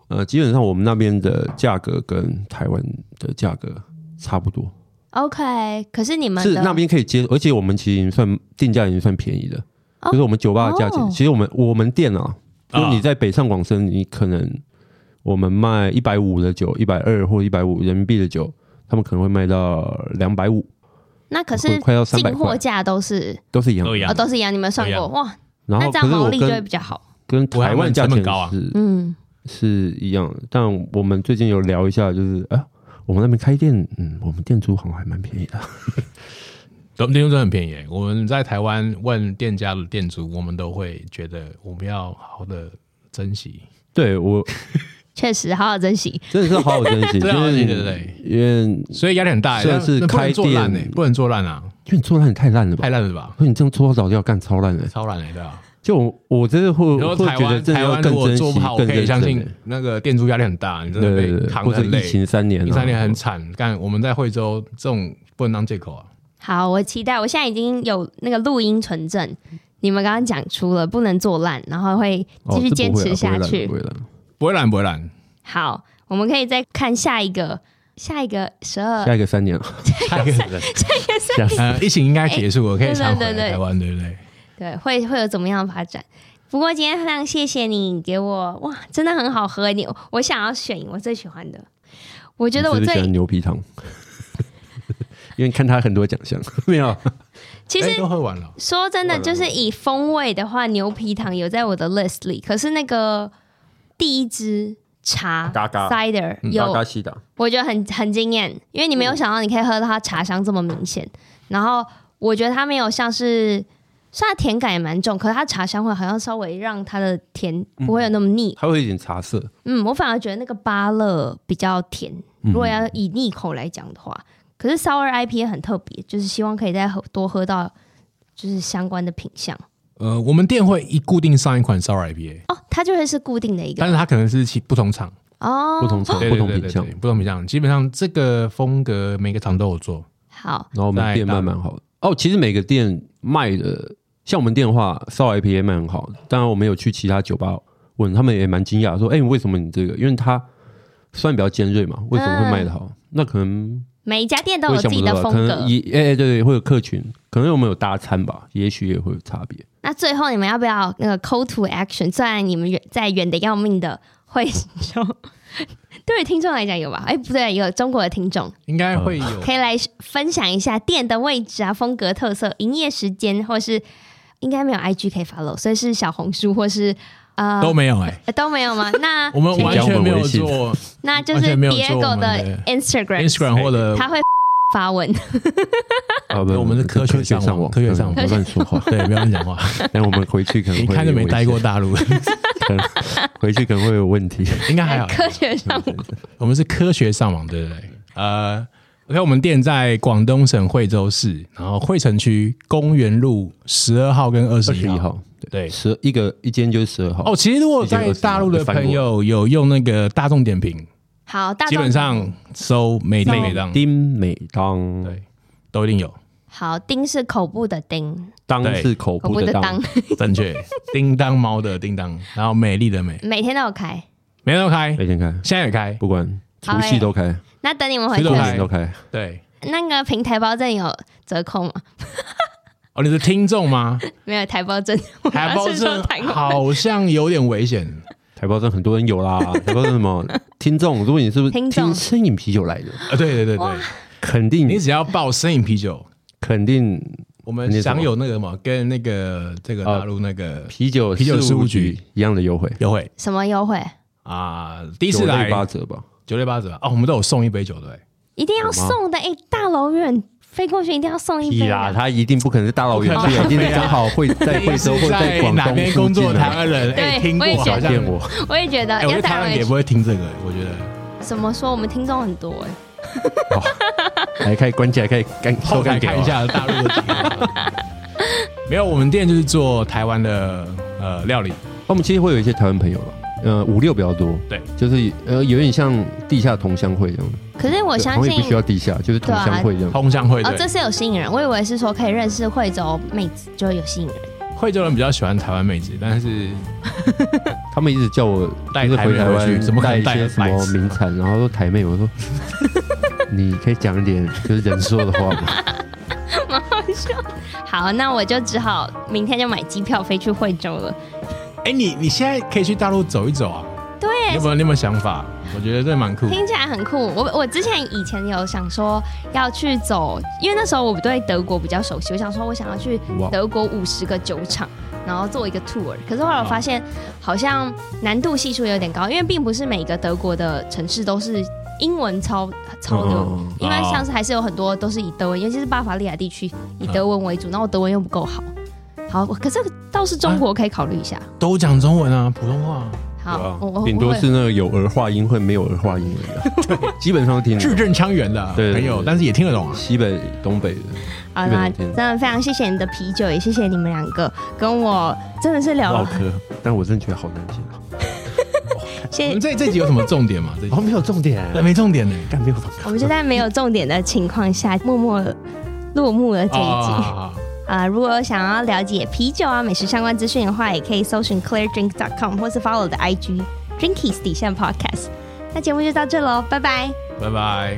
S3: 呃，基本上我们那边的价格跟台湾的价格差不多，
S1: OK，可是你们
S3: 是
S1: 的
S3: 那边可以接，而且我们其实已经算定价已经算便宜的，
S1: 哦
S3: 就是我们酒吧的价钱。
S1: 哦
S3: 其实我们我们店啊，
S2: 啊
S3: 如果你在北上广深，你可能我们卖一百五的酒，一百二或一百五人民币的酒，他们可能会卖到两百五，
S1: 那可
S3: 会
S1: 是
S3: 快要三百
S1: 进货
S3: 块，
S1: 价都是
S3: 都是一样的
S2: 都一样
S1: 哦都是一样，你们算
S2: 都一
S1: 过
S2: 样
S1: 哇？
S3: 然
S1: 那这
S3: 后可
S1: 样
S3: 是
S1: 毛
S3: 我
S1: 利就会
S3: 跟
S1: 比较好。
S3: 跟
S2: 不过他
S3: 台湾
S2: 们
S3: 价
S2: 成
S3: 钱
S2: 本高啊
S3: 是
S1: 嗯，
S3: 是一样的，但我们最近有聊一下，就是啊。我们那边开店，嗯，我们店租好像还蛮便宜的。
S2: <laughs> 我们店租真的很便宜耶。我们在台湾问店家的店主，我们都会觉得我们要好好的珍惜。
S3: 对我
S1: 确实好好珍惜。
S3: 真的是好好珍
S2: <laughs>
S3: 惜，
S2: 真的好好珍惜对对对
S3: 因为因为
S2: 所以压力很大、欸，
S3: 虽然是
S2: 但那不能
S3: 开
S2: 做烂
S3: 店
S2: 欸不能做烂啊，
S3: 因为你做烂也太烂了吧
S2: 太？烂了吧，
S3: 所以你这样做到早就要干超烂的，
S2: 超烂欸对啊。
S3: 就我我真的会
S2: 然后
S3: 会
S2: 台
S3: 觉得
S2: 湾
S3: 真的
S2: 台
S3: 要
S2: 湾
S3: 更
S2: 如果
S3: 珍
S2: 做不
S3: 惜
S2: 好，，我
S3: 更
S2: 可以
S3: 认
S2: 相
S3: 真
S2: 信
S3: 欸。
S2: 那个店租压力很大，你真
S3: 对
S2: 的
S3: 对
S2: 被
S3: 对，
S2: 扛
S3: 或
S2: 得
S3: 者
S2: 很
S3: 疫
S2: 累。
S3: 情三年啊，
S2: 一三年很惨，但我们在惠州这种不能当借口啊。
S1: 好，我期待，我现在已经有那个录音存证。你们刚刚讲出了不能做烂，然后会继续坚持下去。
S3: 哦哦这不会了
S2: 不会懒，不会
S3: <laughs>
S2: 懒，
S1: 好，我们可以再看下一个，下一个十
S3: 不会了
S1: 二
S3: 下一个三年了，啊
S1: <laughs>
S2: 下
S3: 哎
S2: 一个
S3: 下一
S2: <laughs>
S3: 个
S2: 呃，疫情应该结束了，可以常回
S1: 对对对
S2: 来
S1: 对
S2: 台湾，对不对？
S1: 对，会会有怎么样的发展？不过今天非常谢谢你给我，哇，真的很好喝。你我想要选我最喜欢的，我觉得我
S3: 你是不是喜欢
S1: 最
S3: 牛
S1: <laughs>
S3: 皮糖，因为看他很多奖项没有，
S1: 其实
S2: 哎都喝完了，
S1: 说真的，就是以风味的话，牛皮糖有在我的 list 里，可是那个第一支茶
S6: 嘎嘎
S1: cider
S6: 嘎
S3: 嗯
S1: 有
S6: 嘎西达，
S1: 我觉得很很惊艳，因为你没有想到你可以喝到它茶香这么明显。然后我觉得它没有像是，虽然甜感也蛮重，可是它茶香会好像稍微让它的甜
S3: 嗯
S1: 不会有那么腻。
S3: 它会有一点茶色，
S1: 嗯我反而觉得那个芭乐比较甜，
S3: 嗯
S1: 如果要以腻口来讲的话，可是 sour IP 很特别，就是希望可以再喝多喝到就是相关的品相
S2: 呃，我们店会一固定上一款烧 IPA，
S1: 哦，它就会是固定的一
S2: 但
S1: 个
S2: 是它可能是其不同厂、
S1: 哦，
S3: 不同厂、
S2: 对
S3: 不
S2: 对
S3: 同
S2: 对
S3: 品
S2: 对
S3: 相
S2: 对，不同品相。基本上这个风格每个厂都有做，
S1: 好，
S3: 然后我们店卖蛮好的。哦，其实每个店卖的，像我们店的话，烧 IPA 卖很好。当然，我们有去其他酒吧问，他们也蛮惊讶，说：“哎、为什么你这个？因为它算比较尖锐嘛，为什么会卖得好？那可能
S1: 每一家店都
S3: 我
S1: 有
S3: 也
S1: 嗯自
S3: 想
S1: 己
S3: 不
S1: 的
S3: 到吧，
S1: 风
S3: 可能
S1: 格。
S3: 也哎、哎对对，会有客群，可能我们有搭餐吧，也许也会有差别。
S2: <laughs>
S1: 那最后你们要不要那个 call to action？虽然你们远在远的要命的会中， <laughs> 对于听众来讲有吧？哎、不对，有中国的听众
S2: 应该会有。
S3: 哦
S1: 可以来分享一下店的位置啊、风格特色、营业时间，或是应该没有 IG 可以 follow，所以是小红书或是呃
S2: 都没有哎、
S1: 呃都没有吗？那
S2: <laughs> 我们
S3: 请
S2: 完
S3: 加我
S2: 全
S3: 们
S2: 没有
S3: 微信
S2: 做
S1: 那就
S2: 完
S1: 是
S2: 全没有做
S1: Diego
S2: 我们
S1: 的
S2: 的
S1: Instagram，,
S2: Instagram 或者
S1: 他会发文。
S3: 啊，不
S2: 我们是科学上网科学上网
S3: 不要乱
S2: <laughs>
S3: 说话。
S2: 对，不要乱讲话，
S3: 但哎我们回去可能
S2: 一
S3: 会
S2: 看就没待过
S3: 有危
S2: 大陆， <laughs>
S3: 险，可能 <laughs> 回去可能会有问题。
S2: 应该还好。
S1: 科学
S2: 嗯
S1: 上
S2: 我们是科学上网，对不对？呃，OK，我们店在广东省惠州市，然后惠城区公园路十二号跟二 <laughs>
S3: 二
S2: 十
S3: 十
S2: 一
S3: 一
S2: 号。
S3: 号，
S2: 对，
S3: 十一个一间就是十二号。
S2: 哦，其实如果在大陆的朋友有用那个大众点评，
S1: 好，大众
S2: 基本上搜美丁美当，
S3: 丁美当，
S2: 对，都一定有，
S1: 好，丁是口部的丁，
S3: 当
S2: 对
S3: 是口
S1: 口
S3: 部
S1: 的
S3: 的
S1: 当
S3: <laughs>
S1: <laughs>
S3: 当，，
S2: 正 <laughs> 确。叮当猫的叮当，然后美丽的美，
S1: 每天都有开。
S2: 每天都开，
S3: 每天开，
S2: 现在也开，
S3: 不管
S1: 好
S3: 除夕
S1: 欸
S3: 都开，
S1: 那等你们回
S2: 徐
S1: 去
S2: 总
S3: 过
S2: 都开
S3: 年都开。
S2: 对。
S1: 那个平台包证有折扣吗？
S2: 哦，你是听众吗？
S1: 没有台包证， <laughs>
S2: 台
S1: 我
S2: 胞
S1: 要是说
S2: 证
S1: 台胞
S2: 好像有点危险，
S3: 台胞证很多人有啦，台胞证什么听众，如果你是不是
S1: 听
S3: 听
S1: 众
S3: 生饮啤酒来的，
S2: 啊，对对对对，
S3: 肯
S2: 你
S3: 定
S2: 只要报生饮啤酒，
S3: 肯定
S2: 我们享有那个什么，跟那个这个大陆那个
S3: 啤酒
S2: 啤酒
S3: 事
S2: 事务
S3: 务
S2: 局
S3: 局一样的优惠，
S2: 优惠
S1: 什么优惠？
S2: 啊，第一
S3: 一
S2: 次来
S3: 八折吧。
S2: 九六八折哦，我们都有送一杯酒的欸，
S1: 一定要送的！哎、大老远飞过去，一定要送一
S3: 屁
S1: 杯
S3: 啦，
S2: 啊
S1: 的。
S3: 他一定不可能是大老远
S2: 不可
S3: 去，
S2: 能
S3: 一定
S2: 对
S3: 是
S2: 啊
S3: 刚好 <laughs> 会在惠州
S2: 第一
S3: 或
S2: 次
S3: 在
S2: 在
S3: 广
S2: 哪
S3: 东
S2: 边
S3: 附
S2: 工
S3: 近啊
S2: 作
S3: 的
S2: 台湾人，哎，
S1: 对
S2: 听过
S1: 我也觉得
S2: 好
S3: 小
S2: 像
S3: 骗我，
S1: <laughs> 我也觉得，
S2: 哎，我觉
S1: 要
S2: 得
S1: 带
S2: 台湾人也
S1: 回
S2: 不
S1: 去。
S2: 会听这个，我觉得
S1: 怎么说？我们听众很多哎、
S3: 来可以关起来，可以干
S2: 后
S3: 收
S2: 台
S3: 干掉
S2: 看一
S3: 啊。
S2: 下大陆的节目。没有，我们店就是做台湾的呃料理，
S3: 我们其实会有一些台湾朋友了，呃，五六比较多，
S2: 对，
S3: 就是呃有点像地下同乡会这样，
S1: 可是我
S3: 对
S1: 相
S3: 好像也
S1: 信
S3: 不需要地下，就是同乡会这样。
S2: 通商会
S1: 哦，这
S2: 对。
S1: 是有吸引人。我以为是说可以认识惠州妹子就有吸引人。
S2: 惠州人比较喜欢台湾妹子，但是
S3: <laughs> 他们一直叫我
S2: 带
S3: 就是
S2: 台妹
S3: 回台
S2: 回
S3: 湾
S2: 去怎么可
S3: 带
S2: 能
S3: 一
S2: 带
S3: 些什么名产，然后说台妹，我 <laughs> 说你可以讲一点就是人说的话吗？
S1: 好，那我就只好明天就买机票飞去惠州了。
S2: 哎，你你现在可以去大陆走一走啊，你
S1: 对
S2: 有，没有你有没有想法？我觉得这蛮酷。
S1: 听起来很酷。我我之前以前有想说要去走，因为那时候我对德国比较熟悉，我想说我想要去
S3: 哇
S1: 德国五十个酒厂，然后做一个 tour。可是后来我发现好像难度系数有点高，因为并不是每个德国的城市都是英文超超流。
S3: 嗯
S1: 因为像是还是有很多都是以德文，尤其是巴伐利亚地区以德文为主，然后我德文又不够好。好，我可是倒是中国可以考虑一下。
S2: 都讲中文啊，普通话。
S3: 啊对
S1: 好
S3: 啊，
S1: 我我
S3: 顶
S1: 我
S3: 多
S1: 会
S3: 是那个有儿化音会，没有儿化音而已啊。对，基本上都听得
S2: 字 <laughs>
S3: 懂。
S2: 正腔圆的
S3: 对对
S2: 朋
S3: 对
S2: 友，
S3: 对
S2: 但是也听得懂啊。
S3: 西北、东北的，
S1: 好啦，
S3: 一百多
S1: 真
S3: 天
S1: 的非常谢谢你的啤酒，也谢谢你们两个跟我真的是聊
S3: 唠
S1: 了，
S3: 嗑，但我真的觉得好难听啊。
S1: 谢
S2: 你们
S1: 谢。
S2: 这这集有什么重点吗？这集
S3: 哦，没有重点，
S2: 没重点呢。
S3: <laughs> 干没有重
S1: 我们就在没有重点的情况下，默默落幕了这一集
S2: 啊
S1: 啊、
S2: 啊
S1: 如果想要了解啤酒啊、美食相关资讯的话，也可以搜寻 cleardrink.com 或是 follow 我的 IG Drinkies 底线 Podcast。那节目就到这喽，拜拜。
S2: 拜拜。